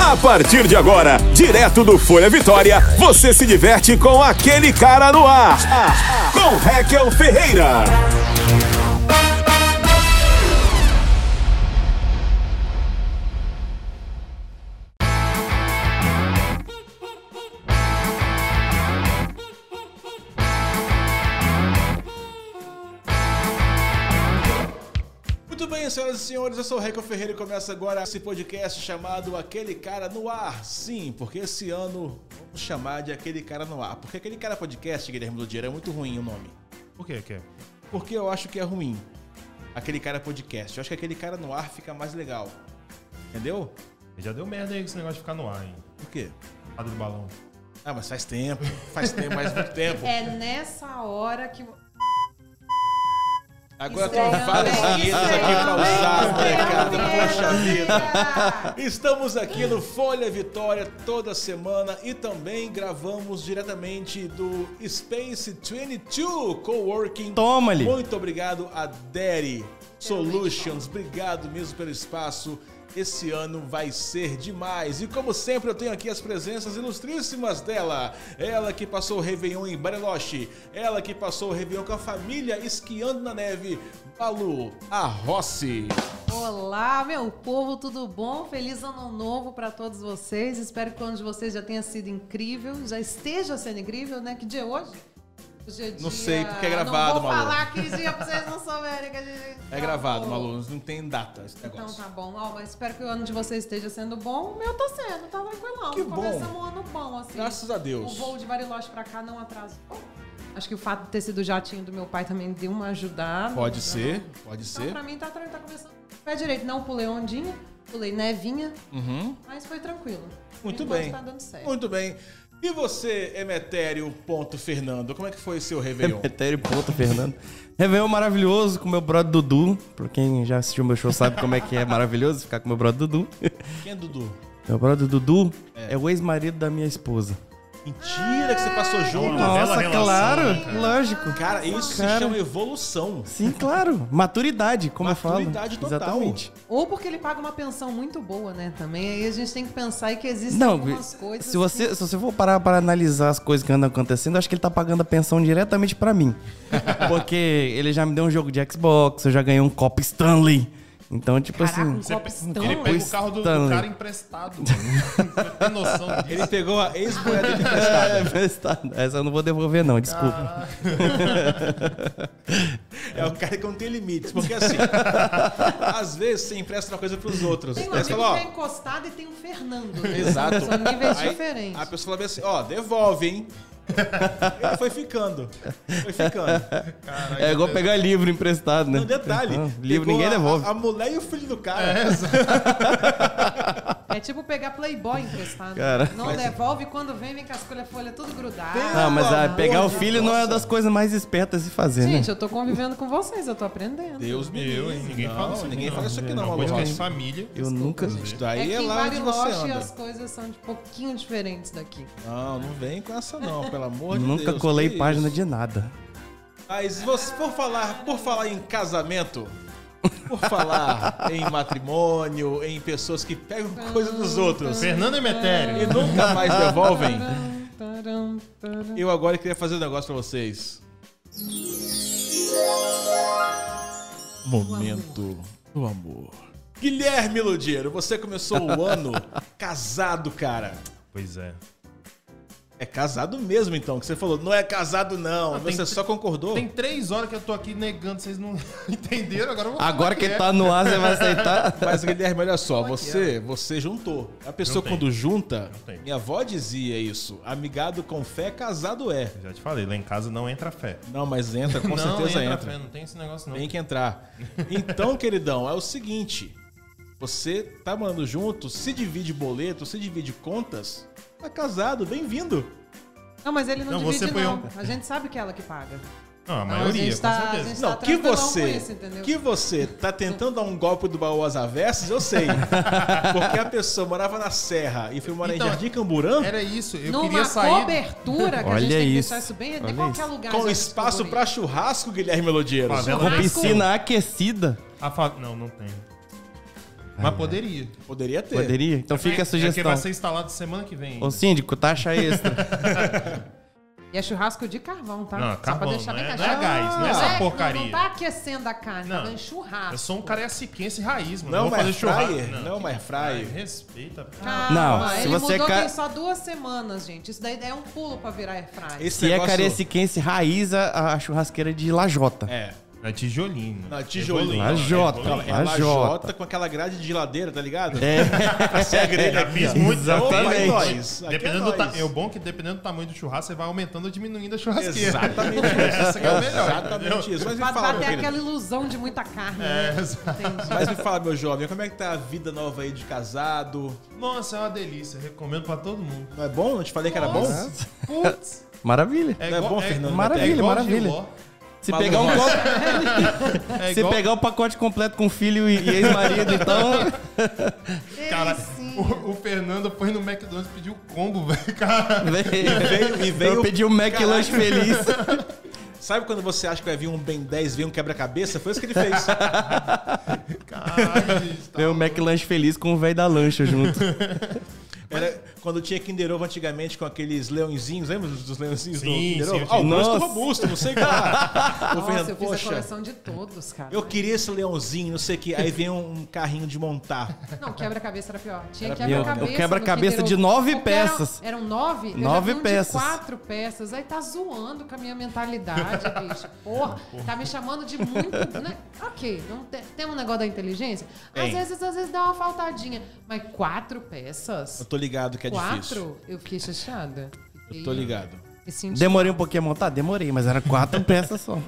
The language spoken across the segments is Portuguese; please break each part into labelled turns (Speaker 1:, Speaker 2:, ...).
Speaker 1: A partir de agora, direto do Folha Vitória, você se diverte com aquele cara no ar. Com Raquel Ferreira.
Speaker 2: Muito bem, senhoras e senhores, eu sou o Reco Ferreira e começa agora esse podcast chamado Aquele Cara no Ar. Sim, porque esse ano vamos chamar de Aquele Cara no Ar. Porque Aquele Cara Podcast, Guilherme Ludieira, é muito ruim o nome.
Speaker 3: Por que que é?
Speaker 2: Porque eu acho que é ruim. Aquele Cara Podcast. Eu acho que Aquele Cara no Ar fica mais legal. Entendeu?
Speaker 3: Já deu merda aí com esse negócio de ficar no ar, hein?
Speaker 2: Por quê?
Speaker 3: Padre do balão.
Speaker 2: Ah, mas faz tempo. Faz tempo, faz muito tempo.
Speaker 4: É nessa hora que. é
Speaker 2: Agora tem
Speaker 4: Estreando,
Speaker 2: vários
Speaker 4: hein?
Speaker 2: vinhetas aqui pra usar, né, Tá
Speaker 4: Estreando,
Speaker 2: molecada.
Speaker 4: hein?
Speaker 2: Poxa vida.
Speaker 4: Eita!
Speaker 2: Estamos aqui no Folha Vitória toda semana e também gravamos diretamente do Space 22 Coworking.
Speaker 5: Toma ali.
Speaker 2: Muito obrigado a Derry Solutions. Obrigado mesmo pelo espaço. Esse ano vai ser demais. E como sempre, eu tenho aqui as presenças ilustríssimas dela. Ela que passou o Réveillon em Bariloche. Ela que passou o Réveillon com a família esquiando na neve. Balu, a Rossi.
Speaker 4: é. Olá, meu povo, tudo bom? Feliz ano novo para todos vocês. Espero que o ano de vocês já tenha sido incrível, já esteja sendo incrível, né? Que dia é hoje? Hoje é
Speaker 2: Não
Speaker 4: dia-
Speaker 2: sei, porque é gravado,
Speaker 4: Não vou
Speaker 2: Malu.
Speaker 4: falar que dia pra vocês não souberem que a gente...
Speaker 2: É gravado,
Speaker 4: Tá bom.
Speaker 2: Malu. Não tem data esse
Speaker 4: Então
Speaker 2: negócio.
Speaker 4: tá bom, ó, mas espero que o ano de vocês esteja sendo bom. O meu tá sendo, tá tranquilão.
Speaker 2: Que
Speaker 4: Começamos
Speaker 2: bom.
Speaker 4: um ano bom, assim.
Speaker 2: Graças a Deus.
Speaker 4: O voo de Bariloche pra cá não atrasou. Acho que o fato de ter sido o jatinho do meu pai também deu uma ajudada.
Speaker 2: Pode ser, pode
Speaker 4: Então
Speaker 2: ser.
Speaker 4: pra mim tá, tran- tá começando com o pé direito. Não pulei ondinha, pulei nevinha,
Speaker 2: Uhum.
Speaker 4: mas foi tranquilo.
Speaker 2: Muito
Speaker 4: Enquanto
Speaker 2: bem.
Speaker 4: Tá dando certo.
Speaker 2: Muito bem. E você, Emetério ponto Fernando, como é que foi seu Réveillon?
Speaker 5: Emetério Ponta Fernando. Réveillon maravilhoso com meu brother Dudu. Pra quem já assistiu meu show sabe como é que é maravilhoso ficar com meu brother Dudu.
Speaker 2: Quem é Dudu?
Speaker 5: Meu brother Dudu é, o ex-marido da minha esposa.
Speaker 2: Mentira que você
Speaker 4: Ah,
Speaker 2: passou junto.
Speaker 3: uma bela
Speaker 5: Nossa,
Speaker 3: relação,
Speaker 5: claro,
Speaker 3: cara.
Speaker 5: lógico.
Speaker 2: Cara, isso se
Speaker 5: Cara.
Speaker 2: chama evolução.
Speaker 5: Sim, claro. Maturidade, como
Speaker 2: Maturidade
Speaker 5: eu falo.
Speaker 2: total.
Speaker 5: Exatamente.
Speaker 4: Ou porque ele paga uma pensão muito boa, né? Também aí a gente tem que pensar aí que existem
Speaker 5: Não,
Speaker 4: algumas coisas.
Speaker 5: se você, se você for parar para analisar as coisas que andam acontecendo, eu acho que ele tá pagando a pensão diretamente pra mim. Porque ele já me deu um jogo de Xbox, eu já ganhei um copo Stanley. Então, tipo
Speaker 4: Caraca, um
Speaker 5: assim.
Speaker 4: copo Stanley.
Speaker 3: Ele pega o carro do, do
Speaker 5: Stanley.
Speaker 3: cara emprestado, mano. Você tem noção disso?
Speaker 2: Ele pegou a ex-mulher dele.
Speaker 5: É, emprestado. Essa eu não vou devolver, não, desculpa.
Speaker 2: É o cara que não tem limites. Porque assim, às vezes você empresta uma coisa pros outros.
Speaker 4: Tem um
Speaker 2: Aí você
Speaker 4: amigo
Speaker 2: fala,
Speaker 4: que é
Speaker 2: ó,
Speaker 4: encostado e tem o Fernando. né?
Speaker 2: exato.
Speaker 4: São níveis
Speaker 2: Aí
Speaker 4: diferentes.
Speaker 2: A pessoa fala bem assim, ó, devolve, hein? Ele foi ficando. Foi ficando.
Speaker 3: Caralho,
Speaker 5: É igual
Speaker 3: eu-
Speaker 5: pegar livro emprestado, né?
Speaker 2: Não, detalhe.
Speaker 5: Então, livro
Speaker 2: pegou
Speaker 5: ninguém
Speaker 2: a-
Speaker 5: devolve.
Speaker 2: A, a mulher e o filho do cara.
Speaker 4: É tipo pegar Playboy emprestado.
Speaker 5: Cara.
Speaker 4: não devolve quando vem, vem com as folhas folha tudo grudado.
Speaker 5: Ah, mas ah,
Speaker 2: Pelo
Speaker 5: pegar o
Speaker 2: amor de
Speaker 5: filho não é uma
Speaker 2: Nossa.
Speaker 5: das coisas mais espertas de fazer,
Speaker 4: Gente,
Speaker 5: né?
Speaker 4: eu tô convivendo com vocês, eu tô aprendendendo.
Speaker 2: Deus me
Speaker 3: Eu,
Speaker 2: livre.
Speaker 3: hein? Ninguém fala isso aqui,
Speaker 2: Ninguém
Speaker 3: não.
Speaker 2: fala isso aqui
Speaker 3: É
Speaker 2: não,
Speaker 3: um
Speaker 2: Malu
Speaker 3: podcast de
Speaker 2: Rossi.
Speaker 3: família.
Speaker 5: Eu nunca.
Speaker 2: Isso daí
Speaker 4: é
Speaker 2: é,
Speaker 4: que em
Speaker 2: lá onde você
Speaker 4: Bariloche
Speaker 2: anda.
Speaker 4: as coisas são de pouquinho diferentes daqui.
Speaker 2: Não, não vem com essa não, pelo amor de Deus.
Speaker 5: Nunca colei
Speaker 2: que
Speaker 5: página
Speaker 2: isso.
Speaker 5: de nada.
Speaker 2: Mas você, por falar, por falar em casamento, por falar em matrimônio, em pessoas que pegam coisa dos outros
Speaker 3: Fernando Emetério.
Speaker 4: É.
Speaker 2: e nunca mais devolvem,
Speaker 4: Taram, taram, taram.
Speaker 2: eu agora queria fazer um negócio pra vocês. Momento do amor. Guilherme Ludiero, você começou o ano casado, cara.
Speaker 3: Pois é.
Speaker 2: É casado mesmo, então, que você falou. Não é casado, não.
Speaker 3: Não, tem
Speaker 2: você
Speaker 3: que-
Speaker 2: só concordou.
Speaker 3: Tem três horas que eu tô aqui negando, vocês não entenderam, agora eu vou falar
Speaker 5: Agora que
Speaker 3: é.
Speaker 5: tá no ar, você vai aceitar?
Speaker 2: Mas, Guilherme, olha só, você, você juntou. A pessoa
Speaker 3: Juntei.
Speaker 2: quando junta,
Speaker 3: Juntei.
Speaker 2: minha avó dizia isso. Amigado com fé, casado é.
Speaker 3: Eu Já te falei, lá em casa não entra fé.
Speaker 2: Não, mas entra, com
Speaker 3: não
Speaker 2: certeza
Speaker 3: entra,
Speaker 2: entra.
Speaker 3: fé, não tem esse negócio não.
Speaker 2: Tem que entrar. Então, queridão, é o seguinte. Você tá morando junto, se divide boleto, se divide contas, tá casado, bem-vindo.
Speaker 4: Não, mas ele não,
Speaker 3: Não,
Speaker 4: divide
Speaker 3: você foi
Speaker 4: não.
Speaker 3: um-
Speaker 4: A gente sabe que é ela que paga.
Speaker 3: Não, a
Speaker 4: Não, a
Speaker 3: maioria,
Speaker 4: gente tá-
Speaker 3: com
Speaker 4: a gente
Speaker 3: certeza.
Speaker 4: tá
Speaker 2: Não, que
Speaker 4: tranquilão com
Speaker 2: você,
Speaker 4: isso, entendeu?
Speaker 2: que você tá tentando dar um golpe do baú às avessas, eu sei. Porque a pessoa morava na Serra e foi morar
Speaker 3: Então,
Speaker 2: em Jardim Camburã.
Speaker 4: é
Speaker 3: Era isso, eu
Speaker 4: tá Numa
Speaker 3: queria sair...
Speaker 4: cobertura, que a gente tem
Speaker 5: Olha
Speaker 4: que
Speaker 5: isso.
Speaker 4: deixar isso bem, é de
Speaker 5: Olha
Speaker 4: qualquer
Speaker 5: isso.
Speaker 4: lugar.
Speaker 2: Com
Speaker 4: já
Speaker 2: espaço
Speaker 4: descobri.
Speaker 2: pra
Speaker 5: Tá
Speaker 2: churrasco, Guilherme Lodiero.
Speaker 3: Favela-
Speaker 5: Com piscina aquecida.
Speaker 3: A fa- Não, não tem. Mas poderia.
Speaker 2: Poderia ter.
Speaker 5: Poderia? Então fica a
Speaker 3: É que
Speaker 5: sugestão.
Speaker 3: vai ser instalado semana que vem. ainda.
Speaker 5: Ô síndico, taxa extra.
Speaker 4: E é churrasco de carvão, tá?
Speaker 3: Não,
Speaker 4: Só pra
Speaker 3: carvão,
Speaker 4: deixar
Speaker 3: não
Speaker 4: bem
Speaker 3: é-
Speaker 4: claro.
Speaker 3: não é gás, não é essa porcaria.
Speaker 4: Não tá aquecendo a carne,
Speaker 3: Não.
Speaker 4: tá dando churrasco.
Speaker 3: Eu sou um cara siquense raiz, mano.
Speaker 2: Não,
Speaker 3: Vou fazer
Speaker 2: mas
Speaker 3: churrasco.
Speaker 2: fryer. Não, mas
Speaker 3: Ai,
Speaker 2: fryer.
Speaker 3: respeita.
Speaker 4: Calma,
Speaker 5: Não, se
Speaker 4: ele
Speaker 5: você é
Speaker 4: mudou
Speaker 5: ca-
Speaker 4: tem só duas semanas, gente. Isso daí é um pulo pra virar airfryer.
Speaker 2: Esse
Speaker 5: Se é
Speaker 2: negócio-
Speaker 5: careciquense, raiz a, a churrasqueira de lajota.
Speaker 2: É.
Speaker 3: É tijolinho.
Speaker 2: Não, é tijolinho.
Speaker 3: Evoluindo,
Speaker 5: Lajota.
Speaker 3: evoluindo.
Speaker 2: É
Speaker 5: Lajota.
Speaker 2: lajota com aquela grade de geladeira, tá ligado?
Speaker 5: É.
Speaker 2: Pra ser agrega
Speaker 3: Já fiz muito
Speaker 5: Exatamente.
Speaker 2: Opa, é nóis. Aqui
Speaker 3: é, Dependendo
Speaker 2: é
Speaker 3: do
Speaker 2: nóis.
Speaker 3: ta... é o bom é que dependendo do tamanho do churrasco, você vai aumentando ou diminuindo a churrasqueira.
Speaker 2: Exatamente
Speaker 3: Essa que é o melhor.
Speaker 2: Exatamente
Speaker 3: entendeu?
Speaker 2: isso. Mas me
Speaker 4: Pra
Speaker 2: fala, meu
Speaker 4: bater
Speaker 2: querido.
Speaker 4: aquela ilusão de muita carne.
Speaker 3: É,
Speaker 4: né?
Speaker 3: exato.
Speaker 4: Entendi.
Speaker 2: Mas me fala, meu jovem, como é que tá a vida nova aí de casado?
Speaker 3: Nossa, é uma delícia. Recomendo pra todo mundo.
Speaker 2: Não é bom? Não te falei que era bom?
Speaker 4: Nossa, Putz.
Speaker 5: Maravilha.
Speaker 2: Não é bom, Fernando?
Speaker 5: Maravilha,
Speaker 3: igual
Speaker 5: maravilha.
Speaker 3: Giló.
Speaker 5: Se
Speaker 2: Malu
Speaker 5: pegar, um
Speaker 2: Rosa.
Speaker 5: copo,
Speaker 3: É
Speaker 5: se
Speaker 3: igual-
Speaker 5: pegar o pacote completo com filho e, e ex-marido, então.
Speaker 3: Cara,
Speaker 4: Ele sim.
Speaker 3: o, o Fernando foi no McDonald's e pediu combo, velho. Cara,
Speaker 5: veio,
Speaker 2: e veio-
Speaker 5: Eu pedi um McLanche
Speaker 2: Caraca.
Speaker 5: feliz.
Speaker 2: Sabe quando você acha que vai vir um Ben 10, vem um quebra-cabeça? Foi isso que ele fez.
Speaker 3: caralho, gente. Tá
Speaker 5: Veio um McLanche feliz com o velho da lancha junto.
Speaker 2: Era quando tinha Kinder Ovo antigamente com aqueles leõezinhos, lembra dos dos leõezinhos do
Speaker 3: Sim,
Speaker 2: Kinder
Speaker 3: sim,
Speaker 2: Ovo?
Speaker 3: eu
Speaker 2: Ah, o gosto
Speaker 5: Nossa.
Speaker 2: robusto, não sei o que lá. Ô,
Speaker 4: Nossa, eu
Speaker 2: Fernando,
Speaker 4: fiz a
Speaker 2: poxa,
Speaker 4: coleção de todos, cara.
Speaker 2: eu queria esse leãozinho, não sei o que. Aí vem um um carrinho de montar.
Speaker 4: Não, quebra-cabeça era pior. Tinha
Speaker 2: Era
Speaker 4: quebra-cabeça.
Speaker 5: pior. O
Speaker 4: no
Speaker 5: quebra-cabeça
Speaker 4: Kinder
Speaker 5: de
Speaker 4: Ovo.
Speaker 5: nove
Speaker 4: Porque eram-
Speaker 5: peças.
Speaker 4: Eram nove? Eu já
Speaker 5: Nove
Speaker 4: vi um de
Speaker 5: peças.
Speaker 4: quatro peças. Aí tá zoando com a minha mentalidade, bicho. Porra, tá me chamando de muito. né? Ok, não te- tem um negócio da inteligência? Às
Speaker 2: Tem.
Speaker 4: vezes, às vezes dá uma faltadinha. Mas quatro peças?
Speaker 2: Eu tô ligado que é
Speaker 4: quatro?
Speaker 2: difícil.
Speaker 4: Eu fiquei chateada.
Speaker 2: Eu tô ligado.
Speaker 4: Me senti-
Speaker 5: Demorei um pouquinho a montar? Demorei, mas era quatro peças só.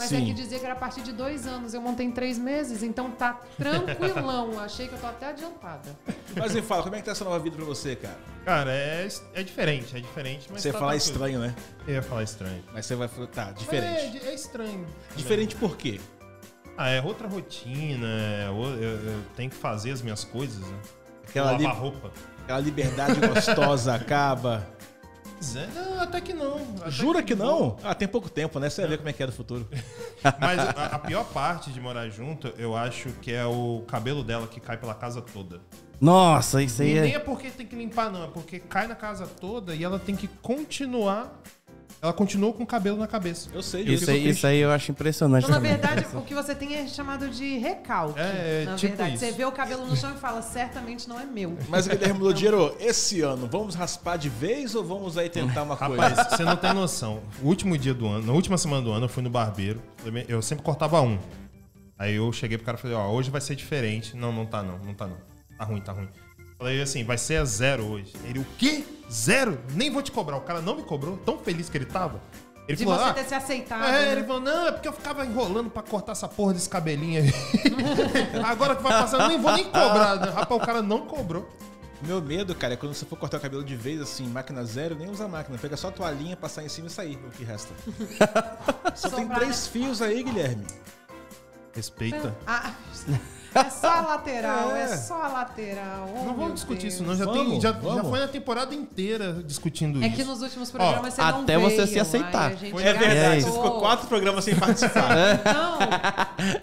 Speaker 4: Mas
Speaker 2: Sim.
Speaker 4: é que dizia que era a partir de dois anos. Eu montei em três meses, então tá tranquilão. Achei que eu tô até adiantada.
Speaker 2: Mas me fala, como é que tá essa nova vida pra você, cara?
Speaker 3: Cara, é, é diferente, é diferente. Mas
Speaker 2: Você ia
Speaker 3: tá
Speaker 2: falar
Speaker 3: tranquilo.
Speaker 2: estranho, né?
Speaker 3: Eu ia falar estranho.
Speaker 2: Mas você vai falar, tá, diferente.
Speaker 3: É, é estranho.
Speaker 2: Diferente por quê?
Speaker 3: Ah, é outra rotina, é o- eu, eu tenho que fazer as minhas coisas, né?
Speaker 2: Aquela,
Speaker 3: Lavar
Speaker 2: li-
Speaker 3: roupa.
Speaker 2: aquela liberdade gostosa acaba.
Speaker 3: Zé, é. não, até que não. até
Speaker 2: Jura que não? Ah, tem pouco tempo, né? Você vai ver como é que é do futuro.
Speaker 3: Mas a, a pior parte de morar junto, eu acho que é o cabelo dela que cai pela casa toda.
Speaker 5: Nossa, isso aí
Speaker 3: E nem
Speaker 5: é.
Speaker 3: é porque tem que limpar, não. É porque cai na casa toda e ela tem que continuar. Ela continua com o cabelo na cabeça.
Speaker 2: Eu sei, eu
Speaker 5: Isso
Speaker 2: fico
Speaker 5: aí,
Speaker 2: triste.
Speaker 5: isso aí eu acho impressionante.
Speaker 4: Então, na
Speaker 5: também.
Speaker 4: verdade, o que você tem é chamado de recalque.
Speaker 3: É, é,
Speaker 4: na
Speaker 3: tipo
Speaker 4: verdade,
Speaker 3: isso.
Speaker 4: você vê o cabelo no chão e fala, certamente não é meu.
Speaker 2: Mas o Guilherme Lodiero, esse ano, vamos raspar de vez ou vamos aí tentar uma
Speaker 3: Rapaz,
Speaker 2: coisa?
Speaker 3: você não tem noção. O último dia do ano, na última semana do ano, eu fui no barbeiro. Eu sempre cortava um. Aí eu cheguei pro cara e falei, ó, hoje vai ser diferente. Não, não tá não, não tá não. Tá ruim, tá ruim. Falei assim, vai ser a zero hoje. Ele, o quê? Zero? Nem vou te cobrar. O cara não me cobrou, tão feliz que ele tava. Ele
Speaker 4: De
Speaker 3: falou,
Speaker 4: você
Speaker 3: ah,
Speaker 4: ter se aceitado.
Speaker 3: É,
Speaker 4: né?
Speaker 3: ele falou, não, é porque eu ficava enrolando pra cortar essa porra desse cabelinho aí. Agora que vai passar, eu nem vou nem cobrar. né? Rapaz, o cara não cobrou.
Speaker 2: Meu medo, cara, é quando você for cortar o cabelo de vez, assim, máquina zero, nem usa a máquina. Pega só a toalhinha, passar em cima e sair, o que resta. Só tem
Speaker 4: Sobrar,
Speaker 2: três fios aí, Guilherme.
Speaker 3: Respeita.
Speaker 4: Ah, é só a lateral, é,
Speaker 2: É.
Speaker 4: só a lateral. Oh,
Speaker 3: Não
Speaker 4: meu
Speaker 3: vamos discutir
Speaker 4: Deus.
Speaker 3: isso, não. Já,
Speaker 2: Vamos,
Speaker 3: tem, já, já
Speaker 2: vamos.
Speaker 3: foi na temporada inteira discutindo
Speaker 4: É
Speaker 3: isso.
Speaker 4: que nos últimos programas você não
Speaker 5: até
Speaker 4: veio,
Speaker 5: você se
Speaker 4: aí a
Speaker 5: aceitar.
Speaker 4: gente
Speaker 2: É verdade,
Speaker 5: verdade,
Speaker 2: você
Speaker 4: gastou-
Speaker 2: ficou quatro programas sem participar.
Speaker 4: Não,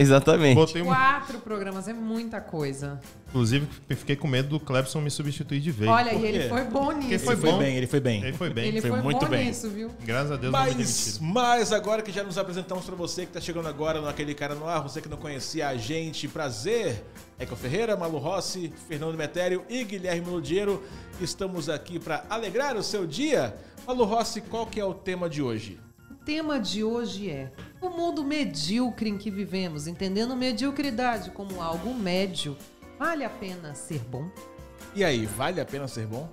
Speaker 5: Exatamente.
Speaker 3: Botei um-
Speaker 4: quatro programas, é muita coisa.
Speaker 3: Inclusive, eu fiquei com medo do Clebson me substituir de vez.
Speaker 4: Olha,
Speaker 2: por
Speaker 4: e
Speaker 2: quê?
Speaker 4: ele foi bom
Speaker 3: Porque
Speaker 4: nisso.
Speaker 2: Ele foi
Speaker 3: bom.
Speaker 2: bem, ele foi
Speaker 3: Ele
Speaker 2: bem.
Speaker 3: foi bem.
Speaker 4: Ele
Speaker 2: foi
Speaker 4: foi,
Speaker 2: muito
Speaker 4: bom
Speaker 2: bem.
Speaker 4: nisso, viu?
Speaker 3: Graças a Deus não
Speaker 2: Mas,
Speaker 3: me demitiram.
Speaker 2: mas agora que já nos apresentamos pra você que tá chegando agora no Aquele Cara no Ar, você que não conhecia a gente, prazer. Eco Ferreira, Malu Rossi, Fernando Metério e Guilherme Ludiero. Estamos aqui pra alegrar o seu dia. Malu Rossi, qual que é o tema de hoje?
Speaker 4: O tema de hoje é o mundo medíocre em que vivemos, entendendo mediocridade como algo médio. Vale a pena ser bom?
Speaker 2: E aí, vale a pena ser bom?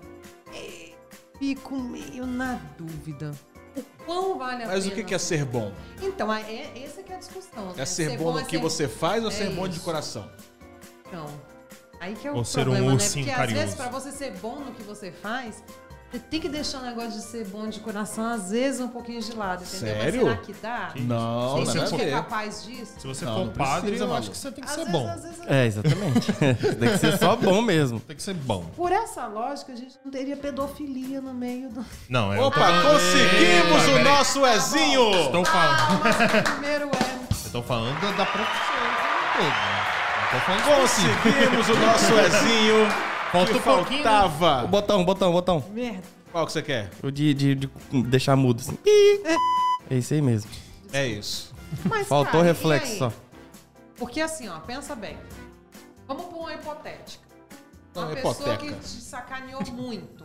Speaker 4: Fico meio na dúvida. O quão vale a
Speaker 2: Mas o
Speaker 4: pena?
Speaker 2: que que é ser bom?
Speaker 4: Então, a- é, essa que é a discussão.
Speaker 2: É ser bom É no que você faz ou ser bom de
Speaker 4: É isso.
Speaker 2: coração?
Speaker 4: Então, aí que é o
Speaker 3: Ou ser um
Speaker 4: problema, né?
Speaker 3: ursinho
Speaker 4: Porque às
Speaker 3: carinhoso.
Speaker 4: vezes, pra você ser bom no que você faz, você tem que deixar o negócio de ser bom de coração, às vezes, um pouquinho de lado, entendeu? Mas
Speaker 2: Sério?
Speaker 4: será que dá?
Speaker 2: Não,
Speaker 4: Tem
Speaker 2: nada a
Speaker 4: gente que é
Speaker 2: ver.
Speaker 4: capaz disso?
Speaker 3: Se você
Speaker 2: Não,
Speaker 3: for
Speaker 2: não
Speaker 3: padre,
Speaker 2: precisa,
Speaker 3: eu
Speaker 2: Malu.
Speaker 3: acho que você tem que
Speaker 4: Às
Speaker 3: ser
Speaker 4: vezes,
Speaker 3: bom.
Speaker 4: às vezes,
Speaker 5: É, exatamente. Tem que ser só bom mesmo.
Speaker 3: Tem que ser bom.
Speaker 4: Por essa lógica, a gente não teria pedofilia no meio do.
Speaker 3: Não, é eu tô
Speaker 2: Opa,
Speaker 3: falando-
Speaker 2: conseguimos o
Speaker 3: peraí. Tá
Speaker 2: nosso Ezinho!
Speaker 3: Estou falando.
Speaker 4: Ah, mas primeiro é.
Speaker 3: Eu tô falando da profissão como um todo, né? Tô falando de princípio.
Speaker 2: Conseguimos o nosso Ezinho.
Speaker 3: Falta
Speaker 2: que
Speaker 3: um pouquinho, né?
Speaker 5: O
Speaker 2: faltava.
Speaker 5: botão, botão, botão.
Speaker 4: Merda.
Speaker 2: Qual que você quer?
Speaker 5: um, O de, de- de deixar mudo assim. Ih. É isso aí mesmo.
Speaker 2: É isso.
Speaker 4: Mas,
Speaker 5: Faltou
Speaker 4: cara, Ah, e
Speaker 5: reflexo
Speaker 4: aí?
Speaker 5: só.
Speaker 4: Porque assim, ó, pensa bem. Vamos pra uma hipotética. Uma
Speaker 2: Uma
Speaker 4: pessoa
Speaker 2: hipoteca. Hum.
Speaker 4: que te sacaneou muito.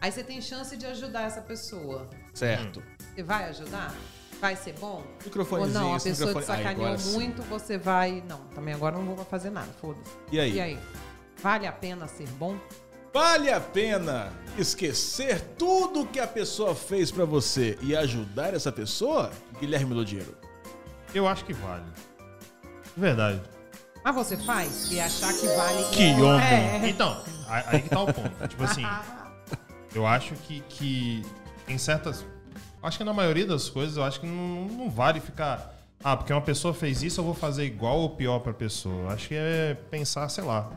Speaker 4: Aí você tem chance de ajudar essa pessoa.
Speaker 2: Certo.
Speaker 4: Você vai ajudar? Vai ser bom? Ou
Speaker 2: Microfonezinho,
Speaker 4: não, a
Speaker 2: esse
Speaker 4: pessoa te
Speaker 2: microfone- Ah,
Speaker 4: sacaneou
Speaker 2: agora sim.
Speaker 4: muito, você vai. Não, também agora eu não vou fazer nada, foda-se.
Speaker 2: E aí?
Speaker 4: E aí? Vale a pena ser bom?
Speaker 2: Vale a pena esquecer tudo que a pessoa fez pra você e ajudar essa pessoa? Guilherme Lodiero.
Speaker 3: Eu acho que vale. De Verdade.
Speaker 4: Mas você faz e achar que vale.
Speaker 2: Que homem.
Speaker 4: É.
Speaker 3: Então, a- aí que tá o ponto. Tipo assim, eu acho que, que tem certas. Acho que na maioria das coisas, eu acho que não, não vale ficar. Ah, porque uma pessoa fez isso, eu vou fazer igual ou pior pra pessoa. Eu Acho que é pensar, sei lá.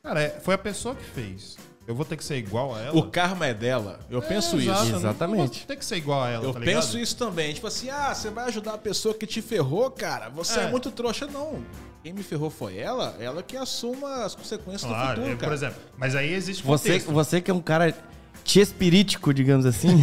Speaker 3: Cara, é- foi a pessoa que fez. Eu vou ter que ser igual a ela.
Speaker 2: O karma é dela. Eu penso isso.
Speaker 3: Tá Exato, eu não- Eu
Speaker 5: Exatamente.
Speaker 3: vou ter que ser igual a ela,
Speaker 2: Eu
Speaker 3: tá ligado?
Speaker 2: penso isso também. Tipo assim, ah, você vai ajudar a pessoa que te ferrou, cara. Você é,
Speaker 3: É.
Speaker 2: muito trouxa, não. Quem me ferrou foi ela, ela que assuma as consequências do
Speaker 3: Claro,
Speaker 2: futuro,
Speaker 3: eu,
Speaker 2: cara.
Speaker 3: por exemplo. Mas aí existe
Speaker 5: Você,
Speaker 3: contexto.
Speaker 5: você que é um cara tiespirítico, digamos assim,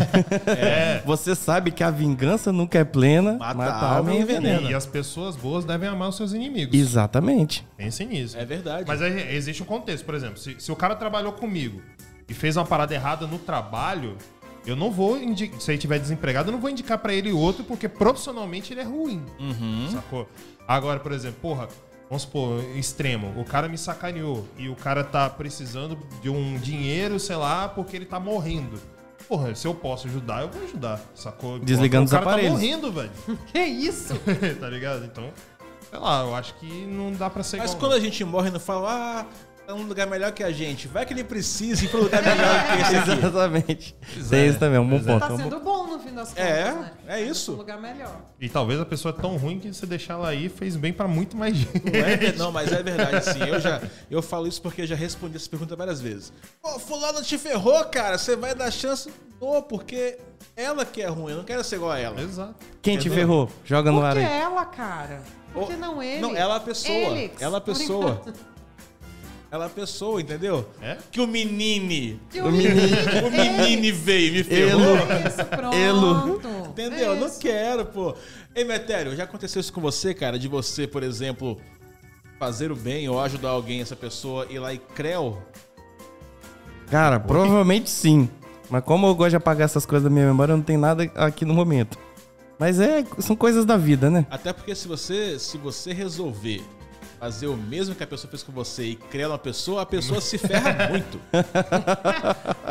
Speaker 5: você sabe que a vingança nunca é plena.
Speaker 2: Mata
Speaker 5: Mata,
Speaker 2: a
Speaker 5: a alma e envenena.
Speaker 3: E as pessoas boas devem amar os seus inimigos.
Speaker 5: Exatamente.
Speaker 3: Pensem nisso.
Speaker 2: É verdade.
Speaker 3: Mas aí existe um contexto, por exemplo, se, se o cara trabalhou comigo e fez uma parada errada no trabalho, eu não vou indicar. Se ele tiver desempregado, eu não vou indicar pra ele outro, porque profissionalmente ele é ruim.
Speaker 5: Uhum.
Speaker 3: Sacou? Agora, por exemplo, porra, vamos supor, extremo, o cara me sacaneou e o cara tá precisando de um dinheiro, sei lá, porque ele tá morrendo. Porra, se eu posso ajudar, eu vou ajudar, sacou?
Speaker 5: Desligando
Speaker 3: o cara
Speaker 5: os aparelhos.
Speaker 3: tá morrendo, velho.
Speaker 4: é. Que isso?
Speaker 3: tá ligado? Então, sei lá, eu acho que não dá pra ser
Speaker 2: Mas
Speaker 3: igual,
Speaker 2: quando a gente morre, não fala, ah, tá num lugar melhor que a gente. Vai que ele precisa ir pra um lugar melhor que esse aqui.
Speaker 5: Exatamente. Tem isso também, é um bom ponto.
Speaker 4: Tá
Speaker 5: é um bom
Speaker 4: sendo bom no fim das contas.
Speaker 2: É,
Speaker 4: né?
Speaker 2: é
Speaker 4: Tá indo
Speaker 2: isso.
Speaker 4: pra Um lugar melhor.
Speaker 3: E talvez a pessoa é tão ruim que você deixar ela aí fez bem pra muito mais gente.
Speaker 2: Não, é ver- não, mas é verdade, sim. Eu já eu falo isso porque eu já respondi essa pergunta várias vezes. Pô, fulano te ferrou, cara. Você vai dar chance? Não, porque ela que é ruim. Eu não quero ser igual a ela.
Speaker 3: Exato.
Speaker 5: Quem te
Speaker 2: Entendeu?
Speaker 5: ferrou? Joga no
Speaker 4: Por
Speaker 5: ar
Speaker 4: que
Speaker 5: aí.
Speaker 4: ela, cara? Por que
Speaker 2: Ou-
Speaker 4: não ele?
Speaker 2: Não, ela é a pessoa.
Speaker 4: Alex.
Speaker 2: Ela é a pessoa. Ela é a pessoa, entendeu?
Speaker 3: É?
Speaker 2: Que o menine.
Speaker 4: Que o menino.
Speaker 2: O menine veio e me ferrou.
Speaker 5: Elo.
Speaker 4: É isso, pronto.
Speaker 5: Elo.
Speaker 2: Entendeu?
Speaker 4: É
Speaker 2: não
Speaker 4: isso.
Speaker 2: quero, pô. Ei, Metério, já aconteceu isso com você, cara? De você, por exemplo, fazer o bem ou ajudar alguém, essa pessoa, ir lá e creu?
Speaker 5: Cara, provavelmente sim. Mas como eu gosto de apagar essas coisas da minha memória, eu não tenho nada aqui no momento. Mas é, são coisas da vida, né?
Speaker 2: Até porque se você, se você resolver fazer o mesmo que a pessoa fez com você e crer uma pessoa, a pessoa se ferra muito.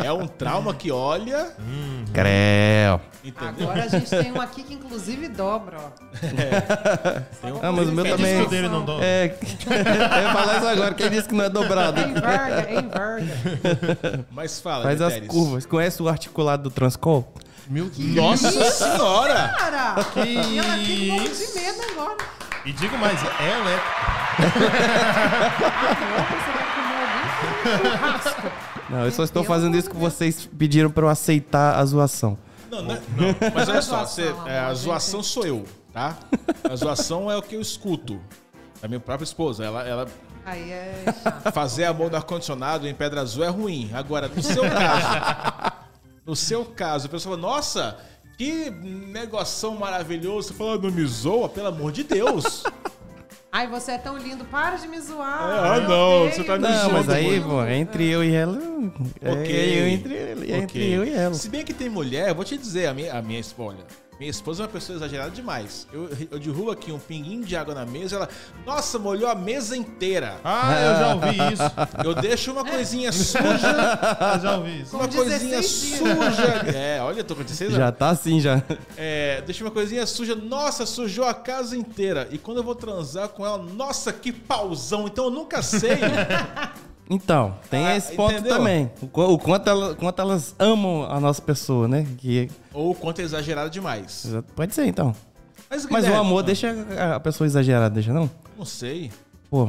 Speaker 2: é um trauma que olha.
Speaker 5: Uhum. Creu.
Speaker 2: Entendeu?
Speaker 4: Agora a gente tem um aqui que inclusive dobra, ó.
Speaker 2: Tem um-
Speaker 5: Ah, mas o meu
Speaker 3: Quem disse
Speaker 5: também.
Speaker 3: que o dele não dá?
Speaker 5: É. eu ia falar isso agora, quem disse que não é dobrado?
Speaker 4: Enverga, enverga.
Speaker 2: Mas fala,
Speaker 5: Faz as
Speaker 2: Meteres.
Speaker 5: curvas. Conhece o articulado do Transcol?
Speaker 3: Meu Deus.
Speaker 2: Nossa senhora!
Speaker 4: Cara, e ela fica um pouco de medo agora.
Speaker 3: E digo mais, ela é.
Speaker 4: Opa, você vai comer alguém? Churrasco.
Speaker 5: Não, eu só estou
Speaker 4: Pelo
Speaker 5: fazendo
Speaker 4: amor
Speaker 5: isso
Speaker 4: de
Speaker 5: que vocês pediram pra eu aceitar a zoação.
Speaker 2: Não, não, é- não. Mas olha só,
Speaker 4: Zoação,
Speaker 2: você-
Speaker 4: amor,
Speaker 2: é, a
Speaker 4: gente.
Speaker 2: zoação sou eu, tá? A zoação é o que eu escuto. Da minha própria esposa. Ela, ela
Speaker 4: Aí é chato.
Speaker 2: fazer amor no ar-condicionado em pedra azul é ruim. Agora, no seu caso, no seu caso, a pessoa fala, nossa, que negoção maravilhoso. Você fala, "Ah, não me zoa, pelo amor de Deus.
Speaker 4: Ai, você é tão lindo, para de me zoar.
Speaker 2: Ah,
Speaker 4: Eu
Speaker 2: não,
Speaker 4: odeio.
Speaker 2: você tá me
Speaker 5: Não, mas
Speaker 2: zoando,
Speaker 5: aí,
Speaker 2: mano.
Speaker 5: pô, é entre eu e ela. É
Speaker 2: Ok.
Speaker 5: eu entre, ele- é
Speaker 2: Ok.
Speaker 5: entre eu e ela.
Speaker 2: Se bem que tem mulher, eu vou te dizer, a minha, a minha esposa. Minha esposa é uma pessoa exagerada demais. Eu, eu derrubo aqui um pinguinho de água na mesa, ela. Nossa, molhou a mesa inteira.
Speaker 3: Ah, eu já ouvi isso.
Speaker 2: Eu deixo uma coisinha suja,
Speaker 3: Eu já ouvi isso.
Speaker 5: assim,
Speaker 2: uma
Speaker 4: Com
Speaker 2: coisinha
Speaker 4: 16 dias.
Speaker 2: suja. É, olha, eu tô com 16
Speaker 5: Já
Speaker 2: anos.
Speaker 5: tá assim, já.
Speaker 2: É, deixa uma coisinha suja. Nossa, sujou a casa inteira. E quando eu vou transar com ela, nossa, que pauzão. Então eu nunca sei.
Speaker 5: Então, tem
Speaker 2: Ah,
Speaker 5: esse ponto
Speaker 2: entendeu?
Speaker 5: também. O, qu- o quanto, ela- quanto elas amam a nossa pessoa, né? Que,
Speaker 2: Ou o quanto é exagerado demais.
Speaker 5: pode ser, então. Mas o
Speaker 2: Guilherme,
Speaker 5: amor deixa a- a pessoa exagerada, deixa não?
Speaker 2: Não sei.
Speaker 5: Pô,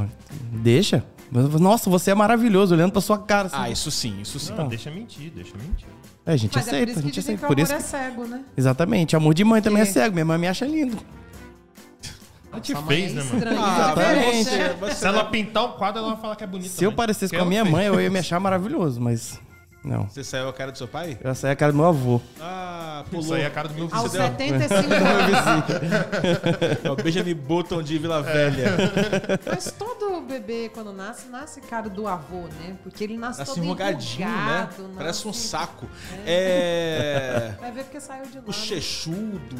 Speaker 5: deixa. Mas, Nossa, você é maravilhoso, olhando pra sua cara. Assim.
Speaker 2: Ah, isso sim, isso sim.
Speaker 3: Não, deixa mentir, deixa mentir.
Speaker 5: É, a gente
Speaker 4: Mas é por
Speaker 5: aceita,
Speaker 4: isso
Speaker 5: a
Speaker 4: que dizem
Speaker 5: gente
Speaker 4: que
Speaker 5: aceita.
Speaker 4: o
Speaker 5: Por
Speaker 4: amor
Speaker 5: isso
Speaker 4: é
Speaker 5: que-
Speaker 4: cego, né?
Speaker 5: Exatamente. Amor de mãe também é
Speaker 4: Que-
Speaker 5: cego. Minha mãe me acha lindo.
Speaker 3: Ela te fez, né, mano?
Speaker 4: Estranho.
Speaker 2: Ah,
Speaker 4: diferente,
Speaker 2: você-
Speaker 4: né?
Speaker 2: você-
Speaker 3: Se ela pintar um quadro, ela vai falar que é bonita.
Speaker 5: Se eu
Speaker 3: né?
Speaker 5: parecesse
Speaker 3: Porque
Speaker 5: com a
Speaker 3: ela
Speaker 5: minha
Speaker 3: fez.
Speaker 5: mãe, eu ia me achar maravilhoso, mas. Não.
Speaker 2: Você saiu a cara do seu pai?
Speaker 5: Eu saí a cara do meu avô.
Speaker 2: Ah,
Speaker 3: Isso
Speaker 2: pulou.
Speaker 3: aí é a cara do meu
Speaker 4: Aos
Speaker 3: vizinho.
Speaker 4: 75 anos.
Speaker 2: É o Benjamin Button de
Speaker 3: É.
Speaker 2: Vila Velha.
Speaker 4: Mas todo bebê, quando nasce, nasce cara do avô, né? Porque ele nasce,
Speaker 2: Nasce
Speaker 4: todo
Speaker 2: enrugadinho, Assim, um né?
Speaker 4: enrugado, nasce-
Speaker 2: Parece um saco. É.
Speaker 4: Vai ver porque saiu de lá.
Speaker 2: O chechudo.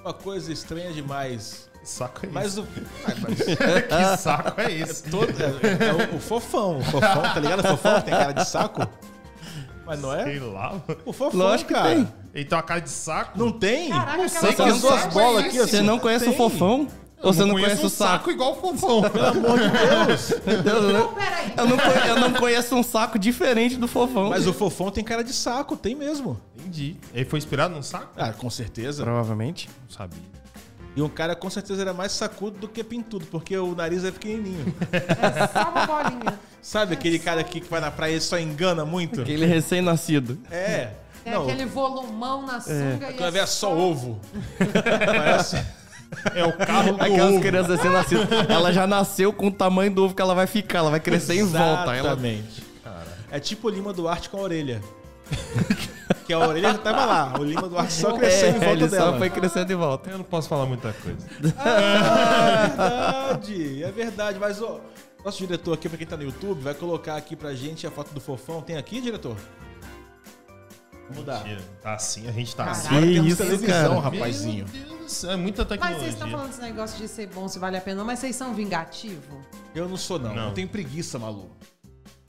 Speaker 2: Uma coisa estranha demais.
Speaker 3: Que saco é isso?
Speaker 2: Mas o. Ai, mas
Speaker 3: Que saco é esse?
Speaker 2: todo... é, é o, o fofão. O fofão, tá ligado? O fofão que tem cara de saco. Mas não é?
Speaker 3: Sei lá. mano.
Speaker 2: O fofão,
Speaker 5: Lógico que
Speaker 2: cara.
Speaker 5: tem.
Speaker 3: Ele tem uma cara de saco.
Speaker 2: Não tem?
Speaker 4: Caraca,
Speaker 2: não sei
Speaker 4: aquela
Speaker 2: que
Speaker 4: coisa
Speaker 2: as duas
Speaker 4: que
Speaker 2: bolas
Speaker 4: conhece.
Speaker 2: aqui.
Speaker 5: Você
Speaker 2: assim,
Speaker 5: não conhece o
Speaker 2: tem.
Speaker 5: fofão? Ou você não conhece o saco?
Speaker 3: um igual o fofão.
Speaker 5: Eu não-
Speaker 4: Não, peraí.
Speaker 5: eu não conhe- eu não conheço um saco diferente do fofão.
Speaker 2: Mas o fofão tem cara de saco, tem mesmo.
Speaker 3: Entendi. Ele foi inspirado num saco?
Speaker 2: Ah, com certeza.
Speaker 5: Provavelmente.
Speaker 3: Não sabia.
Speaker 2: E um cara com certeza era mais sacudo do que pintudo, porque o nariz é pequenininho.
Speaker 4: É só uma bolinha.
Speaker 2: Sabe aquele cara aqui que vai na praia e só engana muito?
Speaker 5: Aquele recém-nascido.
Speaker 2: É.
Speaker 4: É
Speaker 2: não,
Speaker 4: aquele volumão na sunga e
Speaker 2: quando vê é só
Speaker 4: o
Speaker 2: ovo. assim, Parece.
Speaker 3: É o carro do
Speaker 5: Aquelas
Speaker 3: ovo.
Speaker 5: crianças recém-nascidas. Ela já nasceu com o tamanho do ovo que ela vai ficar. Ela vai crescer em volta. Ela...
Speaker 2: Exatamente. É tipo o Lima Duarte com a orelha. que a orelha já tava lá. O Lima Duarte só cresceu em
Speaker 5: É, ele
Speaker 2: volta
Speaker 5: só
Speaker 2: dela.
Speaker 5: foi crescendo em volta.
Speaker 3: Eu não posso falar muita coisa.
Speaker 2: É verdade, é verdade. Mas ó, nosso diretor aqui, pra quem tá no YouTube, vai colocar aqui pra gente a foto do fofão. Tem aqui, diretor? Vamos mudar.
Speaker 3: Mentira. Tá assim, a gente tá
Speaker 4: Caraca.
Speaker 3: assim.
Speaker 2: Agora
Speaker 5: Que
Speaker 2: temos
Speaker 5: isso,
Speaker 2: televisão,
Speaker 5: cara.
Speaker 2: rapazinho.
Speaker 3: Meu Deus do céu, é muita
Speaker 4: Mas
Speaker 3: tecnologia.
Speaker 4: vocês estão falando desse negócio de ser bom, se vale a pena, não, mas vocês são vingativo?
Speaker 2: Eu não sou, não.
Speaker 3: Não.
Speaker 2: Eu tenho preguiça, maluco.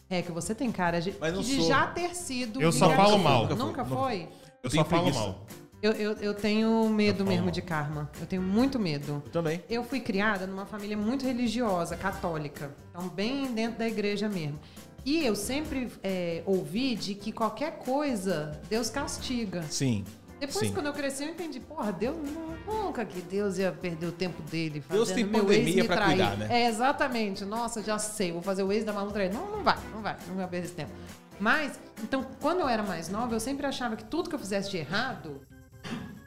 Speaker 4: É que você tem cara de,
Speaker 2: Mas não
Speaker 4: de
Speaker 2: sou.
Speaker 4: já ter sido.
Speaker 3: Eu só
Speaker 4: vingativo.
Speaker 3: falo mal.
Speaker 4: Nunca foi?
Speaker 3: Eu
Speaker 2: Tem
Speaker 3: só falo
Speaker 2: preguiça.
Speaker 3: mal.
Speaker 4: Eu, eu, eu tenho medo
Speaker 3: falo
Speaker 4: mesmo
Speaker 3: mal.
Speaker 4: de karma. Eu tenho muito medo.
Speaker 2: Eu também.
Speaker 4: Eu fui criada numa família muito religiosa, católica. Então, bem dentro da igreja mesmo. E eu sempre é, ouvi de que qualquer coisa, Deus castiga.
Speaker 2: Sim.
Speaker 4: Depois,
Speaker 2: Sim.
Speaker 4: quando eu cresci, eu entendi, porra, Deus nunca que Deus ia perder o tempo dele fazendo
Speaker 2: Deus tem
Speaker 4: meu
Speaker 2: pandemia
Speaker 4: ex me
Speaker 2: pra
Speaker 4: trair.
Speaker 2: cuidar, né?
Speaker 4: É, exatamente. Nossa, já sei, vou fazer o ex da Malu trair. Não, não vai, não vai, não vai perder esse tempo. Mas, então, quando eu era mais nova, eu sempre achava que tudo que eu fizesse de errado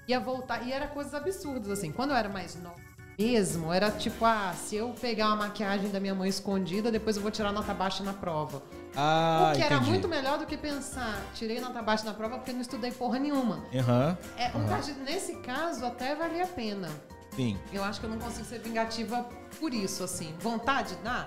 Speaker 4: ia voltar. E era coisas absurdas, assim. Quando eu era mais nova mesmo, era tipo, ah, se eu pegar uma maquiagem da minha mãe escondida, depois eu vou tirar nota baixa na prova.
Speaker 2: Ah,
Speaker 4: o que era
Speaker 2: entendi.
Speaker 4: muito melhor do que pensar, tirei nota baixa na prova porque não estudei porra nenhuma.
Speaker 2: Aham.
Speaker 4: É, um
Speaker 5: Uhum.
Speaker 4: castigo- nesse caso, até valia a pena.
Speaker 2: Sim.
Speaker 4: Eu acho que eu não consigo ser vingativa por isso, assim. Vontade dá?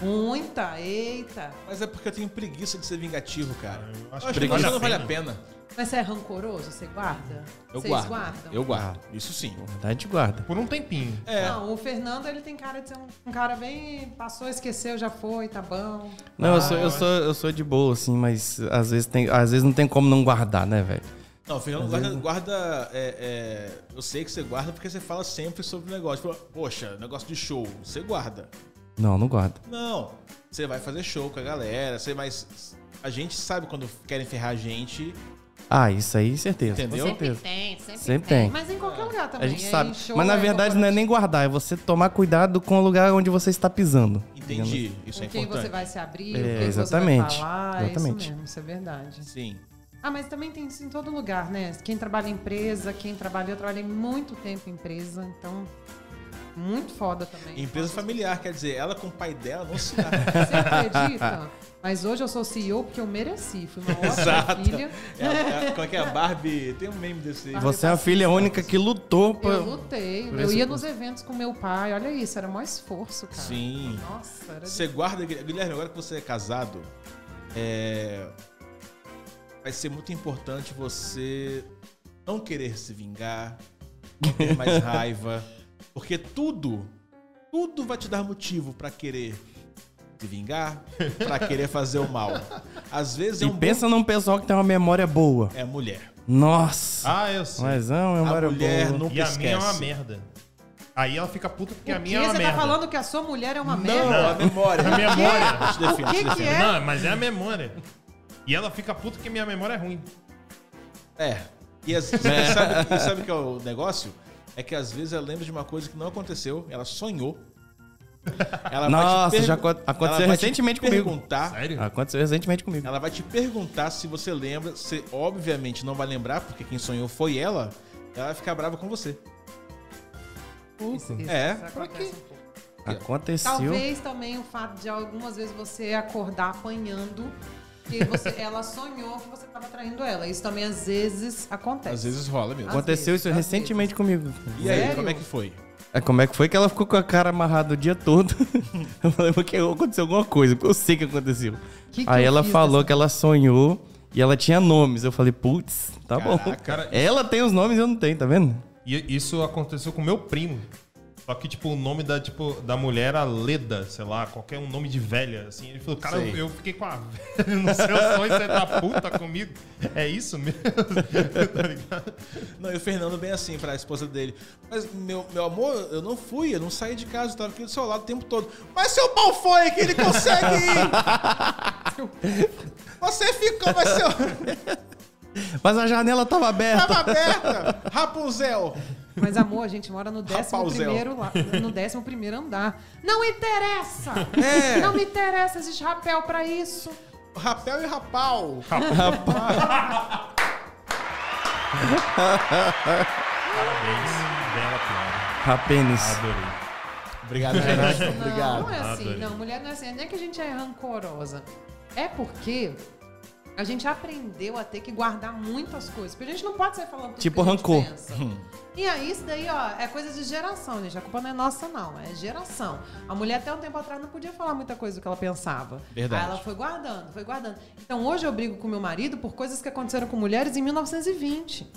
Speaker 4: Muita, eita.
Speaker 2: Mas é porque eu tenho preguiça de ser vingativo, cara.
Speaker 3: Ah, Eu
Speaker 2: Eu
Speaker 3: acho
Speaker 2: acho que
Speaker 3: que
Speaker 2: preguiça
Speaker 3: vale a
Speaker 2: não vale a
Speaker 3: pena.
Speaker 2: pena.
Speaker 4: Mas você é rancoroso? Você guarda?
Speaker 2: Eu
Speaker 4: Vocês
Speaker 2: guardo.
Speaker 4: guardam?
Speaker 2: Eu guardo. Isso sim.
Speaker 5: Verdade, Tá guarda.
Speaker 3: Por um tempinho.
Speaker 2: É.
Speaker 4: Não, o Fernando, ele tem cara de ser um, um cara bem... Passou, esqueceu, já foi, tá bom.
Speaker 5: Não, eu sou, eu, sou, eu sou de boa, assim, mas às vezes, tem, às vezes não tem como não guardar, né, velho?
Speaker 2: Não, o Fernando guarda. guarda, é, é, eu sei que você guarda porque você fala sempre sobre o negócio. Fala, Poxa, negócio de show. Você guarda.
Speaker 5: Não, não guarda.
Speaker 2: Não. Você vai fazer show com a galera. Você vai. A gente sabe quando querem ferrar a gente.
Speaker 5: Ah, isso aí, certeza.
Speaker 2: Entendeu?
Speaker 5: Com certeza.
Speaker 4: tem, sempre,
Speaker 5: Sempre tem. tem.
Speaker 4: Mas em qualquer lugar também.
Speaker 5: A gente
Speaker 4: é
Speaker 5: sabe.
Speaker 4: em show,
Speaker 5: Mas na
Speaker 4: é
Speaker 5: verdade não é nem guardar, é você tomar cuidado com o lugar onde você está pisando.
Speaker 2: Entendi. Isso é
Speaker 4: Com quem
Speaker 2: importante.
Speaker 4: você vai se abrir,
Speaker 5: É,
Speaker 4: o que que
Speaker 5: exatamente,
Speaker 4: você vai falar. É
Speaker 5: exatamente.
Speaker 4: isso mesmo, isso é verdade.
Speaker 2: Sim.
Speaker 4: Ah, mas também tem isso em todo lugar, né? Quem trabalha em empresa, quem trabalha. Eu trabalhei muito tempo em empresa, então. Muito foda também.
Speaker 2: Empresa familiar, quer dizer, ela com o pai dela não se dá.
Speaker 4: Você acredita? Mas hoje eu sou CEO porque eu mereci. Fui uma ótima
Speaker 2: Exato.
Speaker 4: filha.
Speaker 2: É, a- é, a- qual que é a Barbie? Tem um meme desse aí.
Speaker 4: Barbie
Speaker 5: Você é a filha única que lutou pra...
Speaker 4: Eu lutei. Eu ia nos eventos com meu pai. Olha isso, era o maior esforço, cara.
Speaker 2: Sim.
Speaker 4: Nossa, era
Speaker 2: Você guarda. Guilherme, agora que você é casado, é, vai ser muito importante você não querer se vingar, não ter mais raiva. Porque tudo, tudo vai te dar motivo pra querer se vingar, pra querer fazer o mal. Às vezes é
Speaker 5: E
Speaker 2: um bom-
Speaker 5: pensa num pessoal que tem uma memória boa.
Speaker 2: É mulher.
Speaker 5: Nossa!
Speaker 3: Ah, eu sei.
Speaker 5: Mas é uma
Speaker 2: A
Speaker 5: memória
Speaker 2: mulher
Speaker 5: boa.
Speaker 2: nunca
Speaker 3: E a minha é uma
Speaker 2: esquece.
Speaker 3: merda. Aí ela fica puta porque a
Speaker 4: Por
Speaker 3: minha é
Speaker 4: que
Speaker 3: uma
Speaker 4: você
Speaker 3: merda. É
Speaker 4: tá falando que a sua mulher é uma
Speaker 2: Não,
Speaker 4: merda?
Speaker 2: a memória.
Speaker 3: A memória.
Speaker 2: Te defendo,
Speaker 4: O
Speaker 2: te
Speaker 4: que que
Speaker 2: defendo.
Speaker 4: É?
Speaker 3: Não, mas é a memória. E ela fica puta que minha memória é ruim.
Speaker 2: É. E as- e sabe, e sabe que é o negócio? É que às vezes ela lembra de uma coisa que não aconteceu, ela sonhou. Ela
Speaker 5: Nossa,
Speaker 2: pergu-
Speaker 5: já acon- aconteceu
Speaker 2: ela vai te
Speaker 5: recentemente comigo.
Speaker 2: Perguntar,
Speaker 3: Sério?
Speaker 5: Aconteceu recentemente comigo.
Speaker 2: Ela vai te perguntar se você lembra. Você obviamente não vai lembrar, porque quem sonhou foi ela. Ela vai ficar brava com você.
Speaker 4: Isso, isso,
Speaker 2: É,
Speaker 4: isso
Speaker 2: pra
Speaker 4: acontece
Speaker 2: quê?
Speaker 4: um pouco.
Speaker 5: Aconteceu.
Speaker 4: Talvez também o fato de algumas vezes você acordar apanhando, que você, ela sonhou que você estava traindo ela. Isso também às vezes acontece.
Speaker 2: Às vezes rola mesmo.
Speaker 4: Às
Speaker 5: Aconteceu
Speaker 4: vezes,
Speaker 5: isso
Speaker 4: às
Speaker 5: recentemente comigo.
Speaker 2: E aí,
Speaker 4: É. Sério?
Speaker 2: como é que foi?
Speaker 5: É, Como é que foi que ela ficou com a cara amarrada o dia todo? Eu falei, porque aconteceu alguma coisa, porque eu sei que aconteceu.
Speaker 4: Que que
Speaker 5: Aí
Speaker 4: eu
Speaker 5: ela
Speaker 4: fiz
Speaker 5: falou
Speaker 4: dessa-
Speaker 5: que ela sonhou e ela tinha nomes. Eu falei, putz, tá bom.
Speaker 3: Cara,
Speaker 5: Ela tem os nomes e eu não tenho, tá vendo?
Speaker 3: E isso aconteceu com meu primo. Só que, tipo, o nome da, tipo, da mulher era Leda, sei lá, qualquer um nome de velha, assim. Ele falou, cara, eu, eu fiquei com a velha no seu sonho, você tá puta comigo. É isso mesmo? tá ligado?
Speaker 2: Não, e o Fernando bem assim pra esposa dele. Mas, meu, meu amor, eu não fui, eu não saí de casa, eu tava aqui do seu lado o tempo todo. Mas seu pau foi que ele consegue ir! Você ficou, mas seu...
Speaker 5: Mas a janela tava aberta.
Speaker 2: Tava aberta! Rapunzel!
Speaker 4: Mas, amor, a gente mora no 11
Speaker 2: Rapazel.
Speaker 4: primeiro, la- no 11 andar. Não interessa!
Speaker 2: É.
Speaker 4: Não me interessa, existe rapel pra isso.
Speaker 2: Rapel e rapau!
Speaker 3: Parabéns, bela piada.
Speaker 5: Apenas.
Speaker 4: Ah,
Speaker 3: Adorei.
Speaker 2: Obrigado, Renato.
Speaker 4: Não, não é assim,
Speaker 3: Adorei.
Speaker 4: não. Mulher não é assim. Não é que a gente é rancorosa. É porque a gente aprendeu a ter que guardar muitas coisas. Porque a gente não pode sair falando tudo
Speaker 5: Tipo
Speaker 4: que a gente
Speaker 5: rancor.
Speaker 4: pensa.
Speaker 2: Hum.
Speaker 4: E aí, isso daí, ó, é coisa de geração, gente. A culpa não é nossa, não. É geração. A mulher, até um tempo atrás, não podia falar muita coisa do que ela pensava.
Speaker 2: Verdade.
Speaker 4: Aí ela foi guardando, foi guardando. Então, hoje eu brigo com meu marido por coisas que aconteceram com mulheres em 1920.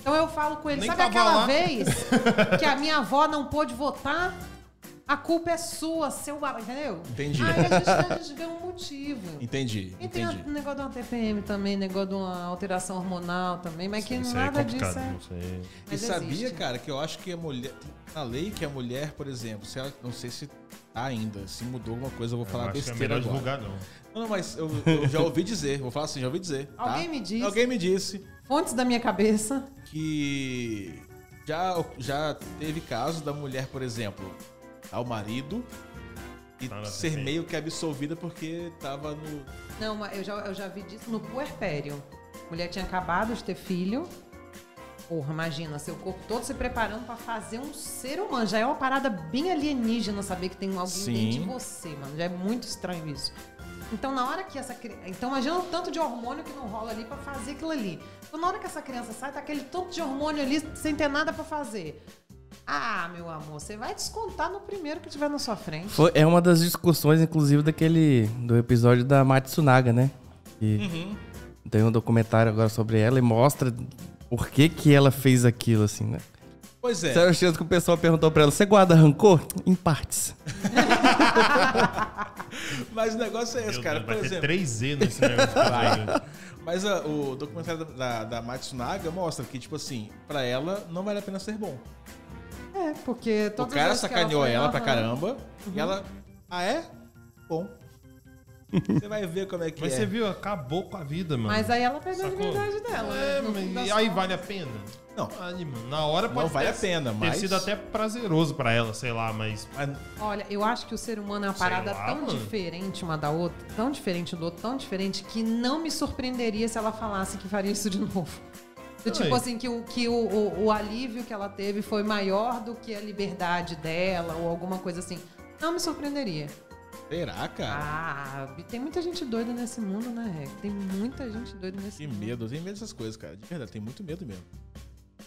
Speaker 4: Então eu falo com ele,
Speaker 3: Tá Nem
Speaker 4: sabe
Speaker 3: tava
Speaker 4: aquela
Speaker 3: lá.
Speaker 4: vez que a minha avó não pôde votar? A culpa é sua, seu... ba- Entendeu?
Speaker 2: Entendi.
Speaker 4: Aí a gente, a gente vê um motivo.
Speaker 2: Entendi,
Speaker 4: E tem
Speaker 2: entendi.
Speaker 4: o negócio de uma TPM também, negócio de uma alteração hormonal também, mas que
Speaker 3: Isso aí é
Speaker 4: nada disso
Speaker 3: complicado,
Speaker 4: é...
Speaker 3: não sei.
Speaker 2: E
Speaker 4: mas
Speaker 2: sabia,
Speaker 4: existe. né?
Speaker 2: cara, que eu acho que a mulher. tem Na lei que a mulher, por exemplo, se ela. Não sei se tá ainda, se mudou alguma coisa, eu vou
Speaker 3: Eu
Speaker 2: falar
Speaker 3: acho que é
Speaker 2: besteira
Speaker 3: melhor
Speaker 2: agora.
Speaker 3: divulgar, não.
Speaker 2: Não, não, mas eu, eu já ouvi dizer, vou falar assim, já ouvi dizer. tá?
Speaker 4: Alguém me disse.
Speaker 2: Alguém me disse
Speaker 4: Fontes da minha cabeça.
Speaker 2: que já, já teve caso da mulher, por exemplo, ao marido e
Speaker 3: Tá na
Speaker 2: ser
Speaker 3: TV.
Speaker 2: meio que absolvida porque tava no.
Speaker 4: Não, mas eu já, eu já vi disso no puerpério. Mulher tinha acabado de ter filho. Porra, imagina, seu corpo todo se preparando pra fazer um ser humano. Já é uma parada bem alienígena saber que tem alguém dentro
Speaker 2: Sim.
Speaker 4: de você, mano. Já é muito estranho isso. Então, na hora que essa criança. Então, imagina o tanto de hormônio que não rola ali pra fazer aquilo ali. Então, na hora que essa criança sai, tá aquele tanto de hormônio ali sem ter nada pra fazer. Ah, meu amor, você vai descontar no primeiro que tiver na sua frente.
Speaker 5: Foi- é uma das discussões, inclusive, daquele. do episódio da Matsunaga, né? Que
Speaker 4: Uhum.
Speaker 5: tem um documentário agora sobre ela e mostra por que, que ela fez aquilo, assim, né?
Speaker 2: Pois é.
Speaker 5: Sabe o chance que o pessoal perguntou pra ela: você guarda rancor? Em partes.
Speaker 2: Mas o negócio é esse,
Speaker 3: Meu
Speaker 2: cara.
Speaker 3: Deus, vai
Speaker 2: Por
Speaker 3: ter
Speaker 2: exemplo.
Speaker 3: 3Z nesse negócio. Vai.
Speaker 2: Mas a- o documentário da, da, da Matsunaga mostra que, tipo assim, pra ela não vale a pena ser bom.
Speaker 4: É, porque
Speaker 2: O
Speaker 4: todas as
Speaker 2: cara
Speaker 4: vezes que
Speaker 2: sacaneou
Speaker 4: foi né? Uhum.
Speaker 2: ela, pra
Speaker 4: aham.
Speaker 2: caramba. E ela. Ah, é? Bom. Você vai ver como é que
Speaker 3: Mas
Speaker 2: é.
Speaker 3: você viu, acabou com a vida, mano.
Speaker 4: Mas aí ela perdeu
Speaker 3: Sacou?
Speaker 4: a liberdade dela.
Speaker 3: É,
Speaker 4: né? No
Speaker 3: mas
Speaker 4: fim das
Speaker 3: e aí
Speaker 4: contas.
Speaker 3: vale a pena?
Speaker 2: Não.
Speaker 3: Vale, mano. Na hora pode
Speaker 2: vale
Speaker 3: ter-
Speaker 2: a pena,
Speaker 3: ter
Speaker 2: mas-
Speaker 3: sido até prazeroso pra ela, sei lá, mas
Speaker 2: Mas
Speaker 4: Olha, eu acho que o ser humano é uma
Speaker 3: Sei
Speaker 4: parada
Speaker 3: lá,
Speaker 4: tão
Speaker 3: mano.
Speaker 4: diferente uma da outra, tão diferente do outro, tão diferente, que não me surpreenderia se ela falasse que faria isso de novo. Do tipo
Speaker 3: Ai.
Speaker 4: assim, que, o, que o, o- o alívio que ela teve foi maior do que a liberdade dela ou alguma coisa assim. Não me surpreenderia.
Speaker 2: será, cara?
Speaker 4: Ah, tem muita gente doida nesse mundo, né, Rec? Tem muita gente doida nesse
Speaker 2: Que
Speaker 4: mundo.
Speaker 2: medo, eu tenho medo dessas coisas, cara. De verdade, tem muito medo mesmo.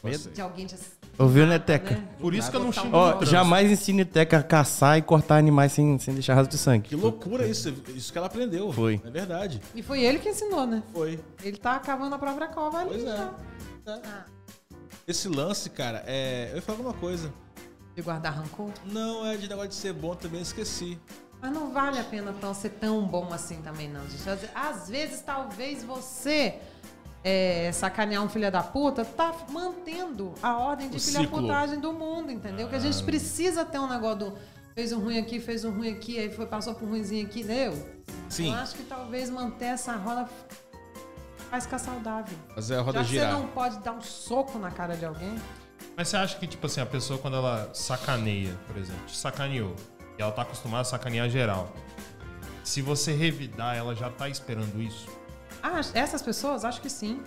Speaker 2: Medo
Speaker 4: De alguém te
Speaker 5: Ouviu, né, Teca?
Speaker 4: né?
Speaker 3: por isso que eu não xingo
Speaker 5: Ó,
Speaker 3: no trânsito.
Speaker 5: jamais ensine Teca a caçar e cortar animais sem, sem deixar rastro de sangue.
Speaker 2: Que loucura isso, isso que ela aprendeu.
Speaker 5: Foi.
Speaker 2: É verdade.
Speaker 4: E foi ele que ensinou, né?
Speaker 2: Foi.
Speaker 4: Ele tá cavando a própria cova ali.
Speaker 2: Pois é.
Speaker 4: já.
Speaker 2: Tá. Esse lance, cara, é. Eu ia falar alguma coisa.
Speaker 4: De guardar rancor.
Speaker 2: Não, é de negócio de ser bom também, esqueci.
Speaker 4: Mas não vale a pena tão ser tão bom assim também, não, gente. Às, às vezes, talvez você é, sacanear um filho da puta tá mantendo a ordem de
Speaker 2: O
Speaker 4: filha
Speaker 2: ciclo. Ah.
Speaker 4: putagem do mundo, entendeu? Que a gente precisa ter um negócio do fez um ruim aqui, fez um ruim aqui, aí foi, passou por um ruimzinho aqui, deu?
Speaker 2: Sim,
Speaker 4: Eu acho que talvez manter essa roda faz ficar saudável.
Speaker 2: fazer a roda
Speaker 4: Já que você
Speaker 2: girar.
Speaker 4: não pode dar um soco na cara de alguém,
Speaker 3: Mas você acha que, tipo assim, a pessoa quando ela sacaneia, por exemplo, te sacaneou, e ela tá acostumada a sacanear geral, se você revidar, ela já tá esperando isso?
Speaker 4: Ah, essas pessoas, acho que sim.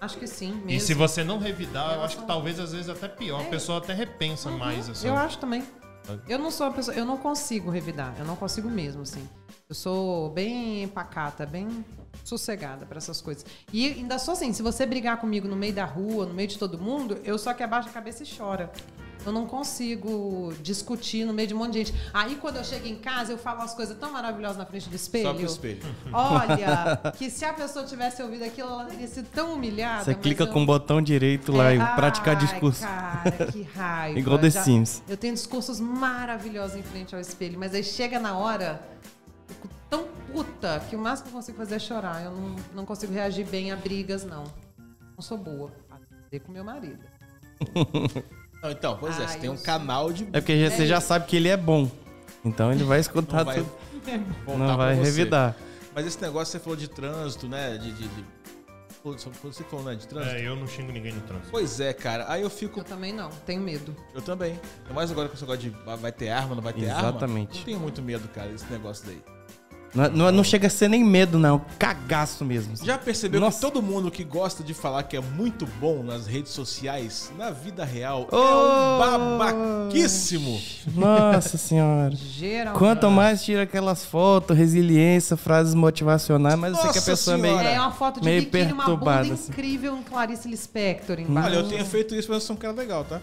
Speaker 4: Acho que sim mesmo.
Speaker 3: E se você não revidar, eu
Speaker 4: Elas
Speaker 3: acho que
Speaker 4: são-
Speaker 3: talvez às vezes até pior. A pessoa até repensa mais, assim.
Speaker 4: Uhum.
Speaker 3: Tá.
Speaker 4: Eu acho também. Eu não sou a pessoa, eu não consigo revidar, eu não consigo mesmo, assim. Eu sou bem pacata, bem sossegada pra essas coisas. E ainda sou assim, se você brigar comigo no meio da rua, no meio de todo mundo, eu só que abaixo a cabeça e chora. Eu não consigo discutir no meio de um monte de gente. Aí quando eu chego em casa, eu falo as coisas tão maravilhosas na frente do espelho.
Speaker 2: Só pro espelho.
Speaker 4: Olha, que se a pessoa tivesse ouvido aquilo, ela teria sido tão humilhada.
Speaker 5: Você
Speaker 4: mas
Speaker 5: clica
Speaker 4: eu-
Speaker 5: com o botão direito lá e
Speaker 4: É, Ai,
Speaker 5: praticar discurso.
Speaker 4: Cara, que raiva.
Speaker 5: Igual The
Speaker 4: Já-
Speaker 5: Sims.
Speaker 4: Eu tenho discursos maravilhosos em frente ao espelho, mas aí chega na hora, eu fico tão puta que o máximo que eu consigo fazer é chorar. Eu não, não consigo reagir bem a brigas, não. Não sou boa. A não ser com meu marido.
Speaker 2: Não, então, pois é, você
Speaker 4: Ah,
Speaker 2: tem um
Speaker 4: isso.
Speaker 2: canal de
Speaker 5: É porque já- você já sabe que ele é bom. Então ele vai escutar
Speaker 2: Não vai
Speaker 5: tudo.
Speaker 2: voltar
Speaker 5: não vai
Speaker 2: pra você.
Speaker 5: revidar.
Speaker 2: Mas esse negócio que você falou de trânsito, né? De. de, de... Pô, só- Você falou, né? De trânsito?
Speaker 3: É, eu não xingo ninguém no trânsito.
Speaker 2: Pois é, cara. Aí eu fico.
Speaker 4: Eu também não, tenho medo.
Speaker 2: Eu também. Ainda mais agora que você gosta de. ah, Vai ter arma, não vai ter arma?
Speaker 5: Exatamente.
Speaker 2: Não tenho muito medo, cara, desse negócio daí.
Speaker 5: Não, não- não chega a ser nem medo, não. Cagaço mesmo.
Speaker 2: Já percebeu que
Speaker 5: Nossa.
Speaker 2: todo mundo que gosta de falar que é muito bom nas redes sociais, na vida real,
Speaker 5: Oh!
Speaker 2: é um babaquíssimo?
Speaker 5: Nossa senhora.
Speaker 4: Geralmente.
Speaker 5: Quanto mais tira aquelas fotos, resiliência, frases motivacionais, mas eu sei que a
Speaker 2: Nossa
Speaker 5: pessoa é
Speaker 2: Senhora!
Speaker 5: meio.
Speaker 4: É uma foto de
Speaker 5: Meio
Speaker 4: biquíni, uma bunda
Speaker 5: perturbada, assim.
Speaker 4: incrível em Clarice Lispector. Em
Speaker 2: Olha, eu tenho feito isso, mas eu sou um cara legal, tá?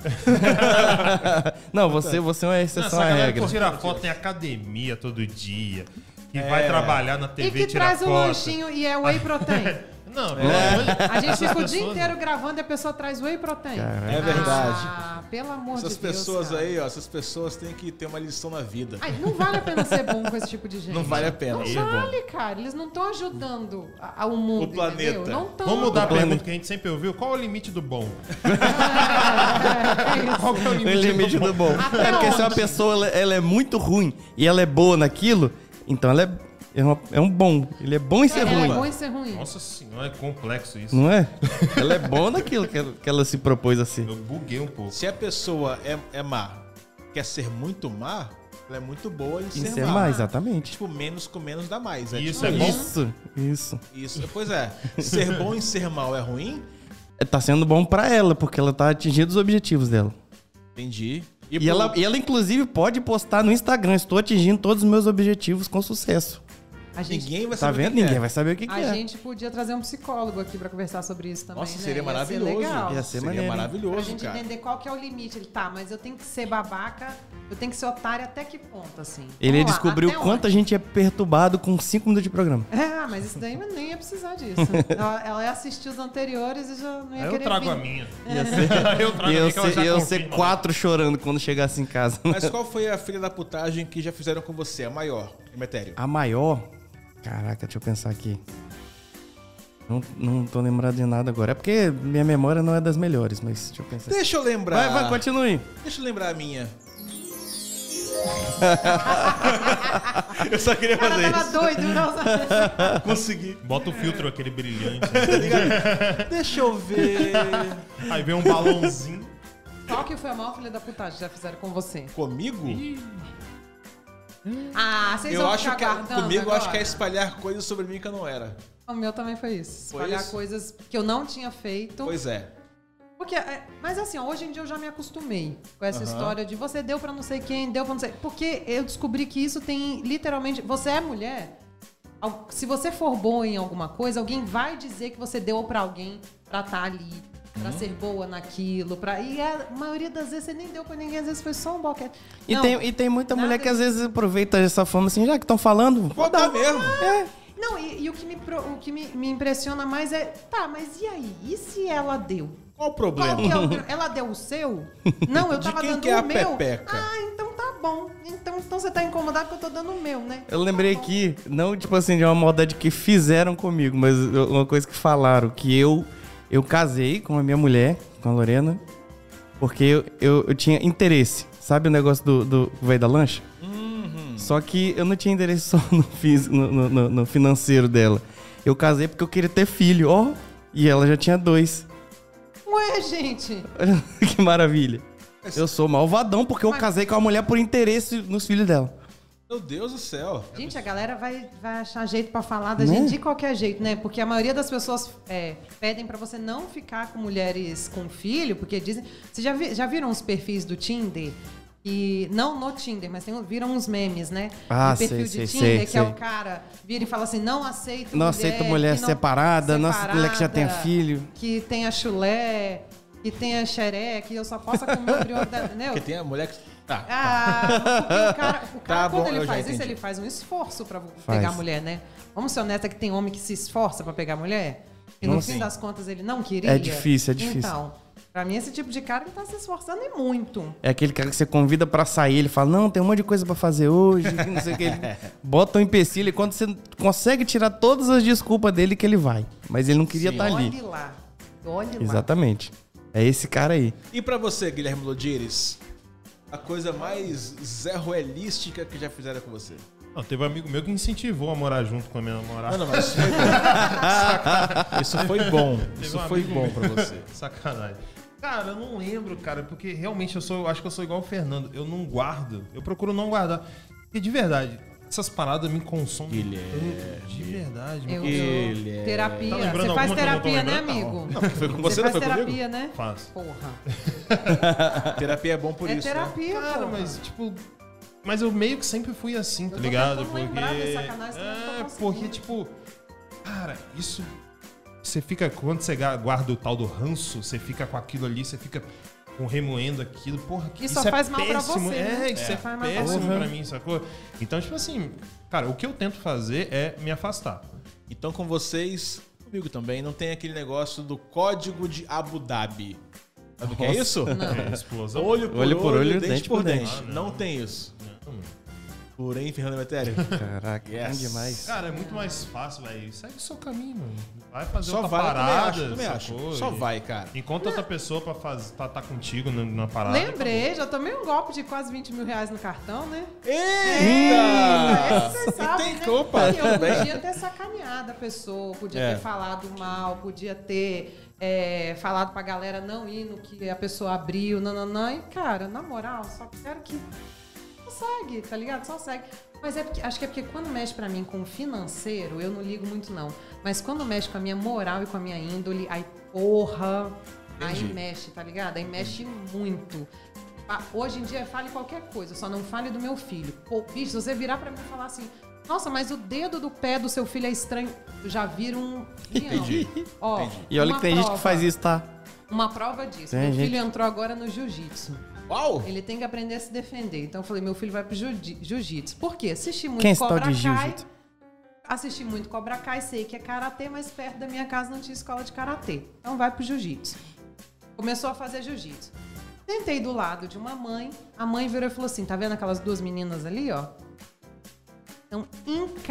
Speaker 5: Não, você, você é uma
Speaker 3: Não,
Speaker 5: exceção
Speaker 3: essa
Speaker 5: à
Speaker 3: galera
Speaker 5: regra.
Speaker 3: que tira foto tem academia todo dia. Que vai trabalhar na TV
Speaker 4: É. E que
Speaker 3: tirar
Speaker 4: traz um
Speaker 3: foto.
Speaker 4: lanchinho e é whey protein.
Speaker 3: Não, é.
Speaker 4: A gente fica o dia inteiro gravando e a pessoa traz whey protein.
Speaker 5: Caralho.
Speaker 2: né? É verdade.
Speaker 4: Ah, pelo amor
Speaker 2: Essas
Speaker 4: de Deus.
Speaker 2: pessoas
Speaker 4: cara.
Speaker 2: aí, ó, essas pessoas têm que ter uma lição na vida.
Speaker 4: Ai, não vale a pena ser bom com esse tipo de gente.
Speaker 2: Não vale a pena.
Speaker 4: Não
Speaker 2: Ih,
Speaker 4: vale, cara. Eles não estão ajudando a- ao mundo.
Speaker 2: O planeta.
Speaker 4: entendeu? Não tão.
Speaker 3: Vamos mudar a
Speaker 5: Plano.
Speaker 3: pergunta que a gente sempre ouviu. Qual é o limite do bom?
Speaker 4: É, é isso.
Speaker 3: Qual que é o
Speaker 5: O limite Um do bom.
Speaker 4: Até
Speaker 5: É porque
Speaker 4: onde?
Speaker 5: se uma pessoa ela, ela é muito ruim e ela é boa naquilo, então ela é, é, uma- é um bom. Ele é bom em ser
Speaker 4: É,
Speaker 5: ruim.
Speaker 4: É bom e ser ruim.
Speaker 3: Nossa senhora, é complexo isso.
Speaker 5: Não é? Ela é boa naquilo que ela, que ela se propôs a ser.
Speaker 3: Eu buguei um pouco.
Speaker 2: Se a pessoa é, é má, quer ser muito má, ela é muito boa em ser,
Speaker 5: Isso é
Speaker 2: má.
Speaker 5: mais, exatamente.
Speaker 2: Tipo, menos com menos dá mais. É tipo
Speaker 3: Isso é bom?
Speaker 5: Isso, isso.
Speaker 2: Isso, pois é. Ser bom e ser mal é ruim?
Speaker 5: É, Tá sendo bom pra ela, porque ela tá atingindo os objetivos dela.
Speaker 2: Entendi.
Speaker 5: E ela, e ela, inclusive, pode postar no Instagram: Estou atingindo todos os meus objetivos com sucesso.
Speaker 4: A gente,
Speaker 2: ninguém vai
Speaker 5: Tá
Speaker 2: saber.
Speaker 5: vendo?
Speaker 2: quem é.
Speaker 5: Ninguém vai saber o que, que
Speaker 4: a
Speaker 5: é.
Speaker 4: gente podia trazer um psicólogo aqui pra conversar sobre isso também.
Speaker 2: Nossa,
Speaker 4: né?
Speaker 2: seria
Speaker 4: Ia ser
Speaker 2: maravilhoso.
Speaker 4: legal.
Speaker 5: Ia ser
Speaker 2: seria
Speaker 5: maneiro, hein?
Speaker 4: Pra
Speaker 2: maravilhoso,
Speaker 4: gente
Speaker 2: cara.
Speaker 4: entender qual que é o limite. Ele, tá, mas eu tenho que ser babaca, eu tenho que ser otário até que ponto, assim?
Speaker 5: Ele
Speaker 4: Vamos lá,
Speaker 5: descobriu
Speaker 4: até
Speaker 5: quanto
Speaker 4: onde?
Speaker 5: a gente é perturbado com 5 minutos de programa.
Speaker 4: É, mas isso daí nem ia precisar disso. ela, ela ia assistir os anteriores e já não ia
Speaker 3: Aí eu
Speaker 4: querer
Speaker 3: trago
Speaker 4: vir.
Speaker 3: a minha.
Speaker 5: Ia ser-
Speaker 3: Eu trago a
Speaker 5: E
Speaker 3: minha
Speaker 5: eu
Speaker 3: que ela
Speaker 5: ser,
Speaker 3: já
Speaker 5: e eu
Speaker 3: confirma.
Speaker 5: ser quatro chorando quando chegasse em casa.
Speaker 2: Mas qual foi a filha da putagem que já fizeram com você, a maior, Emetério?
Speaker 5: A maior. Caraca, deixa eu pensar aqui. Não, não tô lembrado de nada agora. É porque minha memória não é das melhores, mas deixa eu pensar.
Speaker 2: Deixa eu lembrar.
Speaker 5: Vai, vai, continue.
Speaker 2: Deixa eu lembrar a minha. eu só queria
Speaker 4: Cara,
Speaker 2: fazer
Speaker 4: tava
Speaker 2: isso.
Speaker 4: doido, não.
Speaker 2: Consegui.
Speaker 3: Bota o filtro, aquele brilhante.
Speaker 2: Deixa eu ver.
Speaker 3: Aí vem um balãozinho.
Speaker 4: Qual que foi a maior filha da putagem que já fizeram com você?
Speaker 2: Comigo?
Speaker 4: Ah, vocês
Speaker 2: Eu
Speaker 4: vão
Speaker 2: acho
Speaker 4: ficar
Speaker 2: que é-
Speaker 4: guardando
Speaker 2: comigo eu
Speaker 4: agora?
Speaker 2: acho que é espalhar coisas sobre mim que eu não era.
Speaker 4: O meu também foi isso.
Speaker 2: Foi
Speaker 4: Espalhar
Speaker 2: isso?
Speaker 4: coisas que eu não tinha feito.
Speaker 2: Pois é.
Speaker 4: Porque, é, mas assim, ó, hoje em dia eu já me acostumei com essa história de você deu pra não sei quem, deu pra não sei. Porque eu descobri que isso tem literalmente. Você é mulher. al- Se você for boa em alguma coisa, alguém vai dizer que você deu pra alguém pra estar ali, pra
Speaker 5: Uhum.
Speaker 4: ser boa naquilo, para e a maioria das vezes você nem deu pra ninguém, às vezes foi só um boquete.
Speaker 5: E
Speaker 4: Não.
Speaker 5: tem, e tem muita
Speaker 4: nada
Speaker 5: mulher que às vezes aproveita essa fama assim, já que estão falando. um
Speaker 2: Vou dar mesmo.
Speaker 4: Não, e, e o que, me, pro- o que me, me impressiona mais é, tá, mas e aí? E se ela deu?
Speaker 2: Qual o
Speaker 4: Qual
Speaker 2: problema?
Speaker 4: que é o... gr- Ela deu o seu? Não, eu
Speaker 2: De
Speaker 4: tava
Speaker 2: quem
Speaker 4: dando
Speaker 2: que é
Speaker 4: o
Speaker 2: a
Speaker 4: meu.
Speaker 2: pepeca?
Speaker 4: Ah, então tá bom. Então, então você tá incomodado que eu tô dando o meu, né?
Speaker 5: Eu lembrei
Speaker 4: Tá bom.
Speaker 5: aqui, não tipo assim, de uma maldade que fizeram comigo, mas uma coisa que falaram, que eu eu casei com a minha mulher, com a Lorena, porque eu, eu, eu tinha interesse. Sabe o negócio do, do velho da lancha? Só que eu não tinha interesse só no, fis- no- no- no- no financeiro dela. Eu casei porque eu queria ter filho, ó. E ela já tinha dois.
Speaker 4: Ué, gente.
Speaker 5: Olha que maravilha. Eu sou malvadão porque eu casei com a mulher por interesse nos filhos dela.
Speaker 2: Meu Deus do céu.
Speaker 4: Gente, a galera vai, vai achar jeito pra falar da gente de qualquer jeito, né? Porque a maioria das pessoas é, pedem pra você não ficar com mulheres com filho, porque dizem. Vocês já, vi- já viram os perfis do Tinder? E não no Tinder, mas tem, um, viram uns memes, né?
Speaker 5: Ah,
Speaker 4: Do perfil
Speaker 5: sei,
Speaker 4: de
Speaker 5: sei,
Speaker 4: Tinder,
Speaker 5: sei,
Speaker 4: que é
Speaker 5: sei.
Speaker 4: o cara vira e fala assim: não aceito
Speaker 5: Não aceito mulher
Speaker 4: que
Speaker 5: separada, não aceito mulher que já tenha
Speaker 4: separada,
Speaker 5: filho."
Speaker 4: Que tenha chulé, que tenha xeré, que eu só posso comer brioche da. Entendeu?
Speaker 2: Porque tem a mulher que. Tá.
Speaker 4: Ah, porque o cara, o cara
Speaker 2: Tá
Speaker 4: quando
Speaker 2: bom, eu
Speaker 4: ele
Speaker 2: já
Speaker 4: faz isso,
Speaker 2: entendi.
Speaker 4: ele faz um esforço pra
Speaker 5: Faz.
Speaker 4: pegar a mulher, né? Vamos ser honestos que tem homem que se esforça pra pegar a mulher? E no
Speaker 5: Nossa.
Speaker 4: fim das contas ele não queria?
Speaker 5: É difícil, é difícil.
Speaker 4: Então, pra mim esse tipo de cara ele tá se esforçando e muito.
Speaker 5: É aquele cara que você convida pra sair, ele fala, não, tem um monte de coisa pra fazer hoje, que não sei o que. Ele bota um empecilho e quando você consegue tirar todas as desculpas dele que ele vai. Mas ele não queria estar Tá ali.
Speaker 4: Olhe lá. Olhe lá.
Speaker 5: Exatamente. É esse cara aí.
Speaker 2: E pra você, Guilherme Lodires? A coisa mais zerroelística que já fizeram é com você.
Speaker 3: Não, teve um amigo meu que incentivou a morar junto com a minha namorada.
Speaker 2: Não, não, mas isso foi bom. isso foi bom. Isso
Speaker 3: um
Speaker 2: foi
Speaker 3: amigo
Speaker 2: bom
Speaker 3: meu.
Speaker 2: pra você.
Speaker 3: Sacanagem. Cara, eu não lembro, cara, porque realmente eu sou, eu acho que eu sou igual o Fernando. Eu não guardo. Eu procuro não guardar. Porque de verdade, essas paradas me consomem. tanto, De verdade.
Speaker 4: Eu,
Speaker 3: Eu
Speaker 2: Ele é-
Speaker 4: terapia.
Speaker 3: Tá lembrando
Speaker 4: você faz
Speaker 3: alguma que eu não tô
Speaker 4: terapia, né,
Speaker 3: lembrando? Tá
Speaker 4: amigo?
Speaker 2: Foi com você, não
Speaker 4: faz
Speaker 2: foi
Speaker 4: terapia,
Speaker 2: comigo?
Speaker 4: né?
Speaker 3: faço.
Speaker 4: Porra.
Speaker 2: Terapia é bom por
Speaker 4: é
Speaker 2: isso. Né?
Speaker 4: terapia,
Speaker 3: Cara,
Speaker 4: porra.
Speaker 3: mas tipo. Mas eu meio que sempre fui assim, tá
Speaker 4: Eu tô
Speaker 3: ligado?
Speaker 4: tentando lembrar
Speaker 3: Porque.
Speaker 4: desse sacanagem, mas eu não tô
Speaker 3: É, porque,
Speaker 4: conseguindo.
Speaker 3: tipo. Cara, isso. Você fica. Quando você ga- guarda o tal do ranço, você fica com aquilo ali, você fica com- remoendo aquilo. Porra, que
Speaker 4: E
Speaker 3: isso
Speaker 4: só
Speaker 3: é
Speaker 4: faz mal
Speaker 3: péssimo.
Speaker 4: pra você,
Speaker 3: É,
Speaker 4: né?
Speaker 3: isso é,
Speaker 4: É. Faz mal pra
Speaker 3: péssimo
Speaker 4: você.
Speaker 3: pra mim, sacou? Então, tipo assim. Cara, o que eu tento fazer é me afastar.
Speaker 2: Então, com vocês, comigo também, não tem aquele negócio do código de Abu Dhabi. Sabe o que é isso?
Speaker 3: É, explosão.
Speaker 2: Olho por olho,
Speaker 5: Olho por olho,
Speaker 2: dente,
Speaker 5: dente
Speaker 2: por
Speaker 5: por
Speaker 2: dente. Ah, não. tem isso. Porém, Fernando Metério,
Speaker 5: Caraca,
Speaker 2: Yes.
Speaker 5: bom demais.
Speaker 3: Cara, é muito mais fácil, velho. Segue o seu caminho, mano. Vai fazer
Speaker 2: só
Speaker 3: outra
Speaker 2: vai,
Speaker 3: parada.
Speaker 2: eu também acho, eu também
Speaker 3: sacou?
Speaker 2: acho. Só
Speaker 3: E-
Speaker 2: vai, cara.
Speaker 3: Encontra outra pessoa pra fazer, pra tá contigo na, na parada.
Speaker 4: Lembrei, já tomei um golpe de quase 20 mil reais no cartão, né?
Speaker 2: Eita!
Speaker 4: Essa vocês
Speaker 2: E
Speaker 4: sabem,
Speaker 2: tem
Speaker 4: né?
Speaker 2: culpa
Speaker 4: Porque eu
Speaker 2: também.
Speaker 4: podia ter sacaneado a pessoa, podia
Speaker 2: É.
Speaker 4: ter falado mal, podia ter é, falado pra galera não ir no que a pessoa abriu, nananã. E, cara, na moral, só quero que. Só segue, tá ligado? Só segue. Mas é porque, acho que é porque quando mexe pra mim com o financeiro, eu não ligo muito, não. Mas quando mexe com a minha moral e com a minha índole, aí, porra, aí mexe, tá ligado? Aí mexe muito. Ah, Hoje em dia, fale qualquer coisa, só não fale do meu filho. Pô, bicho, se você virar pra mim e falar assim, nossa, mas o dedo do pé do seu filho é estranho, já vira um...
Speaker 2: Entendi.
Speaker 4: Ó,
Speaker 5: E olha
Speaker 4: uma
Speaker 5: que tem gente
Speaker 4: prova-
Speaker 5: que faz isso, tá?
Speaker 4: Uma prova disso.
Speaker 5: Tem
Speaker 4: meu
Speaker 5: gente-
Speaker 4: filho entrou agora no jiu-jitsu.
Speaker 2: Uau!
Speaker 4: Ele tem que aprender a se defender. Então eu falei, meu filho vai pro jiu- jiu-jitsu. Por quê? Assisti muito
Speaker 5: Quem é esse
Speaker 4: Cobra
Speaker 5: tal de
Speaker 4: Kai.
Speaker 5: jiu-jitsu?
Speaker 4: Assisti muito Cobra Kai, sei que é karatê, mas perto da minha casa não tinha escola de karatê. Então vai pro jiu-jitsu. Começou a fazer jiu-jitsu. Sentei do lado de uma mãe, a mãe virou e falou assim: tá vendo aquelas duas meninas ali, ó? Então,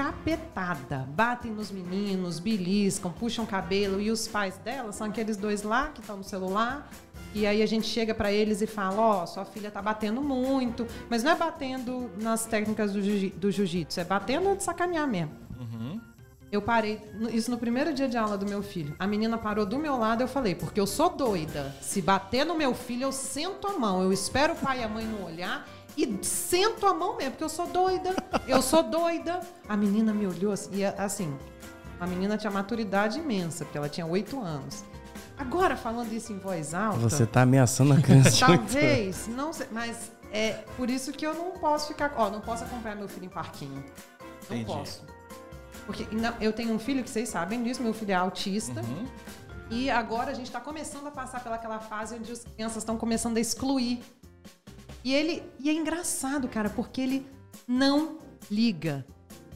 Speaker 4: encapetada. Batem nos meninos, beliscam, puxam cabelo. E os pais dela são aqueles dois lá que estão no celular. E aí a gente chega pra eles e fala: Ó, sua filha tá batendo muito. Mas não é batendo nas técnicas do jiu- do jiu-jitsu, é batendo de sacanear mesmo. Eu parei, no- isso no primeiro dia de aula do meu filho. A menina parou do meu lado, eu falei, porque eu sou doida. Se bater no meu filho, eu sento a mão. Eu espero o pai e a mãe não olhar e sento a mão mesmo, porque eu sou doida. Eu sou doida. A menina me olhou assim, e a- assim, a menina tinha maturidade imensa, porque ela tinha oito anos. Agora, falando isso em voz alta.
Speaker 5: Você tá ameaçando a criança. de oito anos.
Speaker 4: Talvez, não sei, mas é por isso que eu não posso ficar, ó, não posso acompanhar meu filho em parquinho. Não
Speaker 2: Entendi.
Speaker 4: posso. Porque na- eu tenho um filho que vocês sabem disso, meu filho é autista. E agora a gente tá começando a passar pelaquela fase onde as crianças estão começando a excluir. E ele, e é engraçado, cara, porque ele não liga.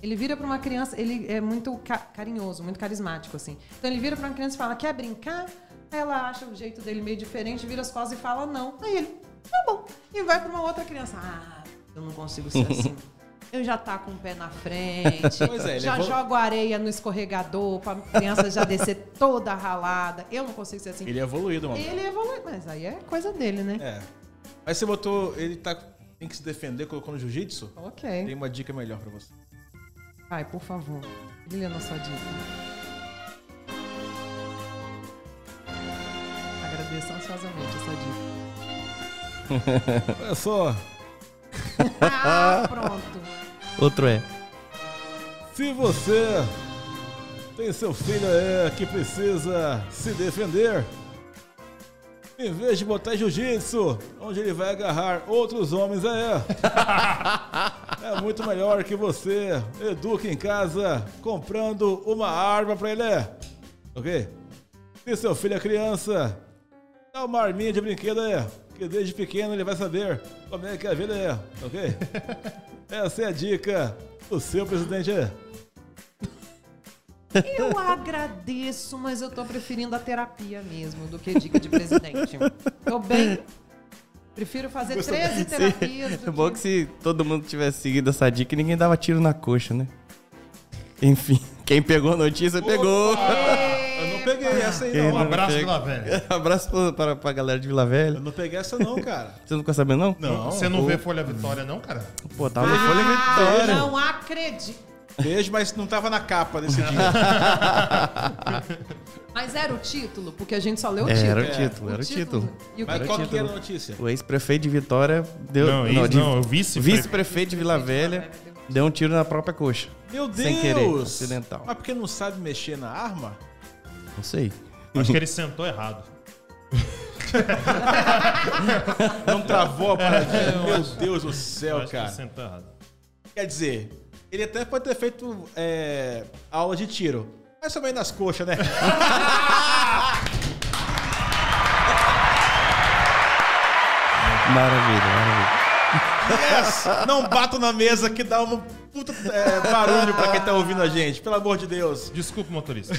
Speaker 4: Ele vira pra uma criança, ele é muito ca- carinhoso, muito carismático assim. Então ele vira pra uma criança e fala: "Quer brincar?" Aí Ela acha o jeito dele meio diferente, vira as costas e fala: "Não". Aí ele: "Tá bom". E vai pra uma outra criança: "Ah, eu não consigo ser assim". Eu já tá com o pé na frente.
Speaker 2: Pois é, ele
Speaker 4: já
Speaker 2: evolu-
Speaker 4: jogo areia no escorregador pra criança já descer toda ralada. Eu não consigo ser assim.
Speaker 2: Ele é evoluído, mano.
Speaker 4: Ele evolui, mas aí é coisa dele, né?
Speaker 2: É. Aí você botou, ele tá, tem que se defender, colocou no jiu-jitsu?
Speaker 4: Ok.
Speaker 2: Tem uma dica melhor pra você.
Speaker 4: Ai, por favor, brilha na sua dica. Agradeço ansiosamente essa dica.
Speaker 2: Olha só.
Speaker 4: Ah, pronto.
Speaker 5: outro é.
Speaker 2: Se você tem seu filho aí que precisa se defender, em vez de botar jiu-jitsu, onde ele vai agarrar outros homens aí, é muito melhor que você eduque em casa comprando uma arma pra ele, ok? Se seu filho é criança, dá uma arminha de brinquedo aí, que desde pequeno ele vai saber como é que é a vida aí, ok? Essa é a dica do seu presidente aí.
Speaker 4: Eu agradeço, mas eu tô preferindo a terapia mesmo do que dica de presidente. Tô bem. Prefiro fazer 13 terapias. do
Speaker 5: É bom que se todo mundo tivesse seguido essa dica, ninguém dava tiro na coxa, né? Enfim, quem pegou a notícia, pegou.
Speaker 2: Eu não peguei essa aí,
Speaker 5: Quem
Speaker 3: Um
Speaker 2: não.
Speaker 5: não
Speaker 3: abraço,
Speaker 5: pega-
Speaker 3: Vila Velha.
Speaker 5: Abraço pra- pra, pra galera de Vila
Speaker 2: Eu
Speaker 5: Velha.
Speaker 2: não peguei essa não, cara.
Speaker 5: Você não ficou sabendo, não?
Speaker 3: Não, Ah! você não vê Folha Vitória, não, cara?
Speaker 5: Pô, tava no Folha Vitória.
Speaker 4: Ah, Não acredito.
Speaker 2: Beijo, mas não tava na capa desse dia.
Speaker 4: Mas era o título, porque a gente só leu o
Speaker 5: É,
Speaker 4: título.
Speaker 5: era o título, era o título.
Speaker 4: E o que
Speaker 2: Mas
Speaker 4: que
Speaker 2: qual que era a notícia?
Speaker 5: O ex-prefeito de Vitória deu.
Speaker 3: Não, isso
Speaker 5: de-
Speaker 3: não, é o vice-
Speaker 5: Vice-prefeito de Vila Velha deu um tiro na própria coxa.
Speaker 2: Meu Deus!
Speaker 5: Sem querer, acidental.
Speaker 2: Mas porque não sabe mexer na arma?
Speaker 5: Não sei.
Speaker 3: Acho que ele sentou errado.
Speaker 2: Não travou a paradinha. Meu Deus do céu,
Speaker 3: Acho que ele
Speaker 2: É cara.
Speaker 3: sentou errado.
Speaker 2: Quer dizer, ele até pode ter feito é, aula de tiro. Mas também nas coxas, né?
Speaker 5: Maravilha, maravilha.
Speaker 2: Yes! Não bato na mesa que dá um puta é, barulho pra quem tá ouvindo a gente. Pelo amor de Deus.
Speaker 3: Desculpa, motorista.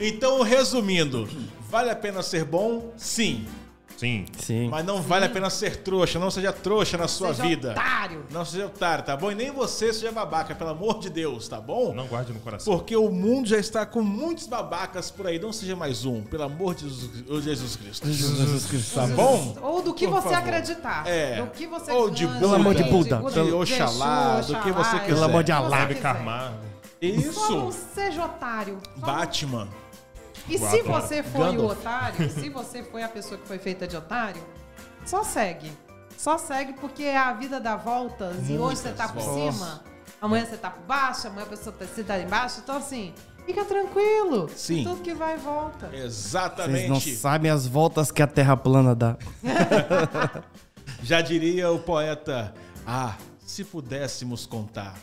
Speaker 2: Então, resumindo. Vale a pena ser bom? Sim.
Speaker 3: Sim.
Speaker 5: Sim.
Speaker 2: Mas não vale a pena ser trouxa. Não seja trouxa na sua
Speaker 4: Seja
Speaker 2: vida.
Speaker 4: otário.
Speaker 2: Não seja otário, tá bom? E nem você seja babaca, pelo amor de Deus, tá bom?
Speaker 3: Não guarde no coração.
Speaker 2: Porque o mundo já está com muitos babacas por aí. Não seja mais um, pelo amor de Jesus- oh, Jesus Cristo.
Speaker 5: Jesus Cristo.
Speaker 2: Tá bom?
Speaker 4: Ou do que
Speaker 2: Por
Speaker 4: você
Speaker 2: favor.
Speaker 4: acreditar.
Speaker 2: É.
Speaker 4: Do que você
Speaker 2: Ou de
Speaker 4: acredita,
Speaker 2: Pelo
Speaker 5: amor de Buda.
Speaker 2: De Oxalá,
Speaker 4: Exu,
Speaker 2: do que você
Speaker 4: Oxalá,
Speaker 2: quiser. Pelo amor
Speaker 5: de
Speaker 4: o que
Speaker 5: Allah.
Speaker 4: você
Speaker 3: Deve
Speaker 4: quiser.
Speaker 3: karmar.
Speaker 4: Só não
Speaker 2: Isso.
Speaker 4: seja otário. Só não-
Speaker 2: Batman.
Speaker 4: E se
Speaker 3: adoro.
Speaker 4: você foi o
Speaker 2: Gandalf.
Speaker 4: otário, se você foi a pessoa que foi feita de otário, só segue. Só segue porque é a vida dá voltas e hoje você tá por
Speaker 2: voltas.
Speaker 4: cima, amanhã você tá por baixo, amanhã a pessoa tá, você tá embaixo. Então, assim, fica tranquilo.
Speaker 2: Sim.
Speaker 4: Tudo que vai, volta.
Speaker 5: Vocês não
Speaker 2: Exatamente.
Speaker 5: sabem as voltas que a Terra plana dá.
Speaker 2: Já diria o poeta: Ah, se pudéssemos contar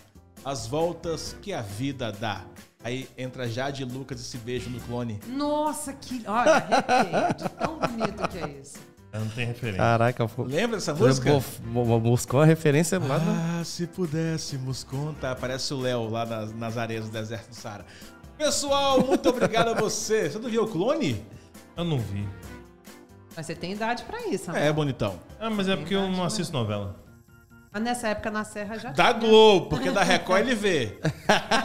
Speaker 2: as voltas que a vida dá. Aí entra Jade e Lucas e se beijam no clone.
Speaker 4: Nossa, que. Olha, arrepiei de tão bonito que é isso.
Speaker 3: Eu não tenho referência.
Speaker 2: Ah.
Speaker 5: Caraca, foi.
Speaker 2: Lembra dessa música?
Speaker 5: Música? Buscou a referência lá no.
Speaker 2: Ah, se pudéssemos contar. Parece o Léo lá nas, nas areias do deserto do Sara. Pessoal, muito obrigado a você. Você não viu o clone?
Speaker 3: Eu não vi.
Speaker 4: Mas você tem idade pra isso, né?
Speaker 2: É, bonitão.
Speaker 3: Ah, mas é porque eu não assisto novela.
Speaker 4: Mas nessa época na Serra já.
Speaker 2: Da Globo, porque da Record ele vê.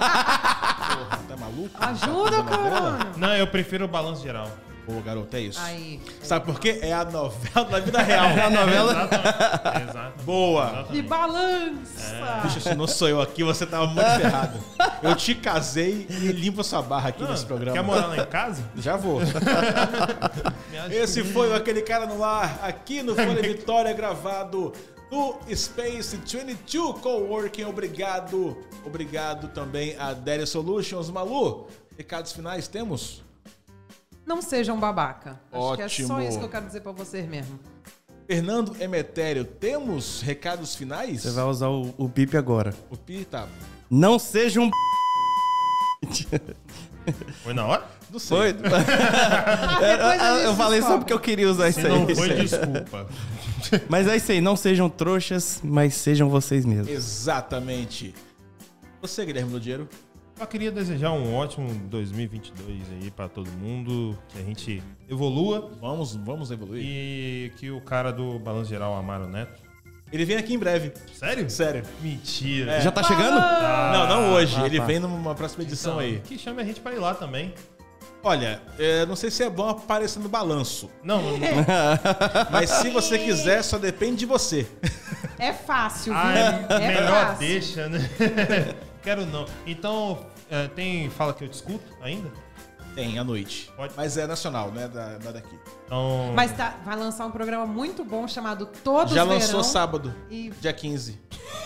Speaker 2: Porra, tá maluco?
Speaker 4: Ajuda, corona!
Speaker 3: Não, eu prefiro o balanço geral.
Speaker 2: Pô, garoto, é isso.
Speaker 4: Aí.
Speaker 2: Sabe por quê? É a novela da vida real.
Speaker 5: novela.
Speaker 3: Exatamente. Exatamente.
Speaker 2: É. Boa.
Speaker 4: Me
Speaker 3: Exatamente.
Speaker 4: balança!
Speaker 2: Bicho, se não sou eu aqui, você tá tava muito ferrado. Eu te casei e limpo essa barra aqui nesse
Speaker 3: Ah,
Speaker 2: programa.
Speaker 3: Quer morar lá em casa?
Speaker 2: Já vou.
Speaker 3: Me ajuda.
Speaker 2: Esse foi o aquele cara no ar, aqui no Folha Vitória, gravado no Space 22 Coworking. Obrigado. Obrigado também a Dere Solutions. Malu, recados finais temos?
Speaker 4: Não sejam babaca. Acho que é
Speaker 2: Ótimo.
Speaker 4: só isso que eu quero dizer pra vocês mesmo.
Speaker 2: Fernando Emetério, temos recados finais?
Speaker 5: Você vai usar o, o bip agora.
Speaker 2: O Pi, tá.
Speaker 5: Não seja um.
Speaker 3: Foi na hora?
Speaker 2: Não sei.
Speaker 5: Foi? é, eu, eu falei só porque eu queria usar isso
Speaker 3: Se
Speaker 5: aí.
Speaker 3: não foi, desculpa.
Speaker 5: Mas é isso aí, não sejam trouxas, mas sejam vocês mesmos.
Speaker 2: Exatamente. Você, Guilherme Ludiero?
Speaker 3: Só queria desejar um ótimo 2022 aí pra todo mundo. Que a gente evolua.
Speaker 2: Vamos, vamos evoluir.
Speaker 3: E que o cara do Balanço Geral, Amaro Neto.
Speaker 2: Ele vem aqui em breve.
Speaker 3: Sério?
Speaker 2: Sério.
Speaker 3: Mentira.
Speaker 5: Já tá chegando?
Speaker 2: não, não hoje.
Speaker 5: ah,
Speaker 2: Ele
Speaker 5: tá.
Speaker 2: vem numa próxima edição
Speaker 3: Então,
Speaker 2: aí.
Speaker 3: Que chame a gente pra ir lá também.
Speaker 2: Olha, é, não sei se é bom aparecer no balanço,
Speaker 3: Não, não,
Speaker 4: É
Speaker 3: não.
Speaker 2: mas se você quiser, só depende de você.
Speaker 4: É fácil, viu?
Speaker 3: Ah, é
Speaker 4: é
Speaker 3: melhor
Speaker 4: fácil.
Speaker 3: deixa, né? Quero não. Então, é, tem Fala Que Eu Te Escuto ainda?
Speaker 2: Tem, à noite.
Speaker 3: Pode.
Speaker 2: Mas é nacional, né? Da, não é daqui.
Speaker 3: Então,
Speaker 4: Mas tá, vai lançar um programa muito bom chamado Todos
Speaker 2: Já
Speaker 4: Verão.
Speaker 2: lançou sábado,
Speaker 4: E
Speaker 2: dia 15.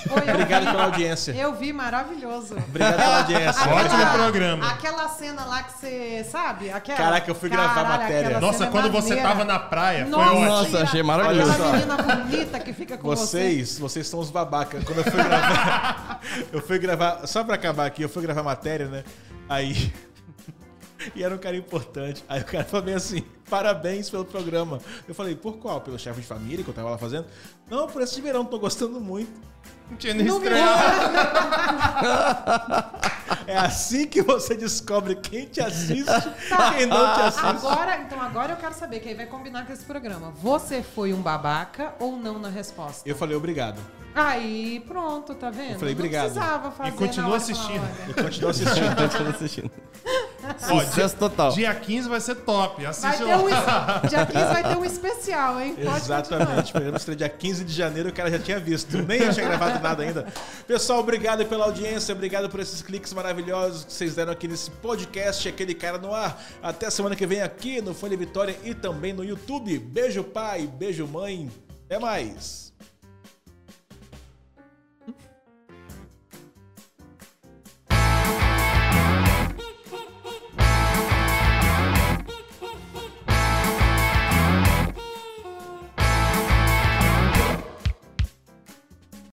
Speaker 4: foi, eu
Speaker 2: Obrigado
Speaker 4: vi.
Speaker 2: pela audiência.
Speaker 4: Eu vi, maravilhoso.
Speaker 2: Obrigado pela audiência.
Speaker 3: Ótimo programa.
Speaker 4: Aquela cena lá que você sabe? Aquela,
Speaker 2: Caraca, eu fui gravar a
Speaker 4: Caralho,
Speaker 2: matéria.
Speaker 4: aquela
Speaker 3: Nossa,
Speaker 4: cena é
Speaker 3: quando você
Speaker 4: maneira.
Speaker 3: tava na praia,
Speaker 4: Nossa,
Speaker 3: foi ótimo.
Speaker 5: Nossa,
Speaker 4: e a-
Speaker 5: achei maravilhoso.
Speaker 4: Aquela menina bonita que fica com você.
Speaker 2: Vocês, vocês são os babaca. Quando eu fui gravar, eu fui gravar, só pra acabar aqui, eu fui gravar matéria, né? Aí. E era um cara importante. Aí o cara falou bem assim: parabéns pelo programa. Eu falei: por qual? Pelo chefe de família que eu tava lá fazendo? Não, por esse de verão, tô gostando muito.
Speaker 3: Não tinha nem
Speaker 4: Não me-
Speaker 3: estreado.
Speaker 2: É assim que você descobre quem te assiste e quem não te assiste.
Speaker 4: Agora, então agora eu quero saber, que aí vai combinar com esse programa. Você foi um babaca ou não na resposta?
Speaker 2: Eu falei: obrigado.
Speaker 4: Aí, pronto, tá vendo?
Speaker 2: Eu falei,
Speaker 4: não
Speaker 2: obrigado.
Speaker 4: precisava fazer
Speaker 3: E continua
Speaker 4: na hora de
Speaker 3: assistindo.
Speaker 4: falar, olha.
Speaker 2: Eu continuo assistindo.
Speaker 5: Continua assistindo.
Speaker 3: Ó,
Speaker 5: Sucesso total.
Speaker 3: Dia 15 vai ser top.
Speaker 4: Vai
Speaker 3: Assiste
Speaker 4: ter
Speaker 3: lá.
Speaker 4: um, es- dia 15 vai ter um especial, hein? Pode continuar.
Speaker 2: Exatamente. Programa estreia dia 15 de janeiro, o cara já tinha visto. Nem eu tinha gravado nada ainda. Pessoal, obrigado pela audiência, obrigado por esses cliques maravilhosos que vocês deram aqui nesse podcast, aquele cara no ar. Até semana que vem aqui no Folha Vitória e também no YouTube. Beijo, pai, beijo, mãe. Até mais.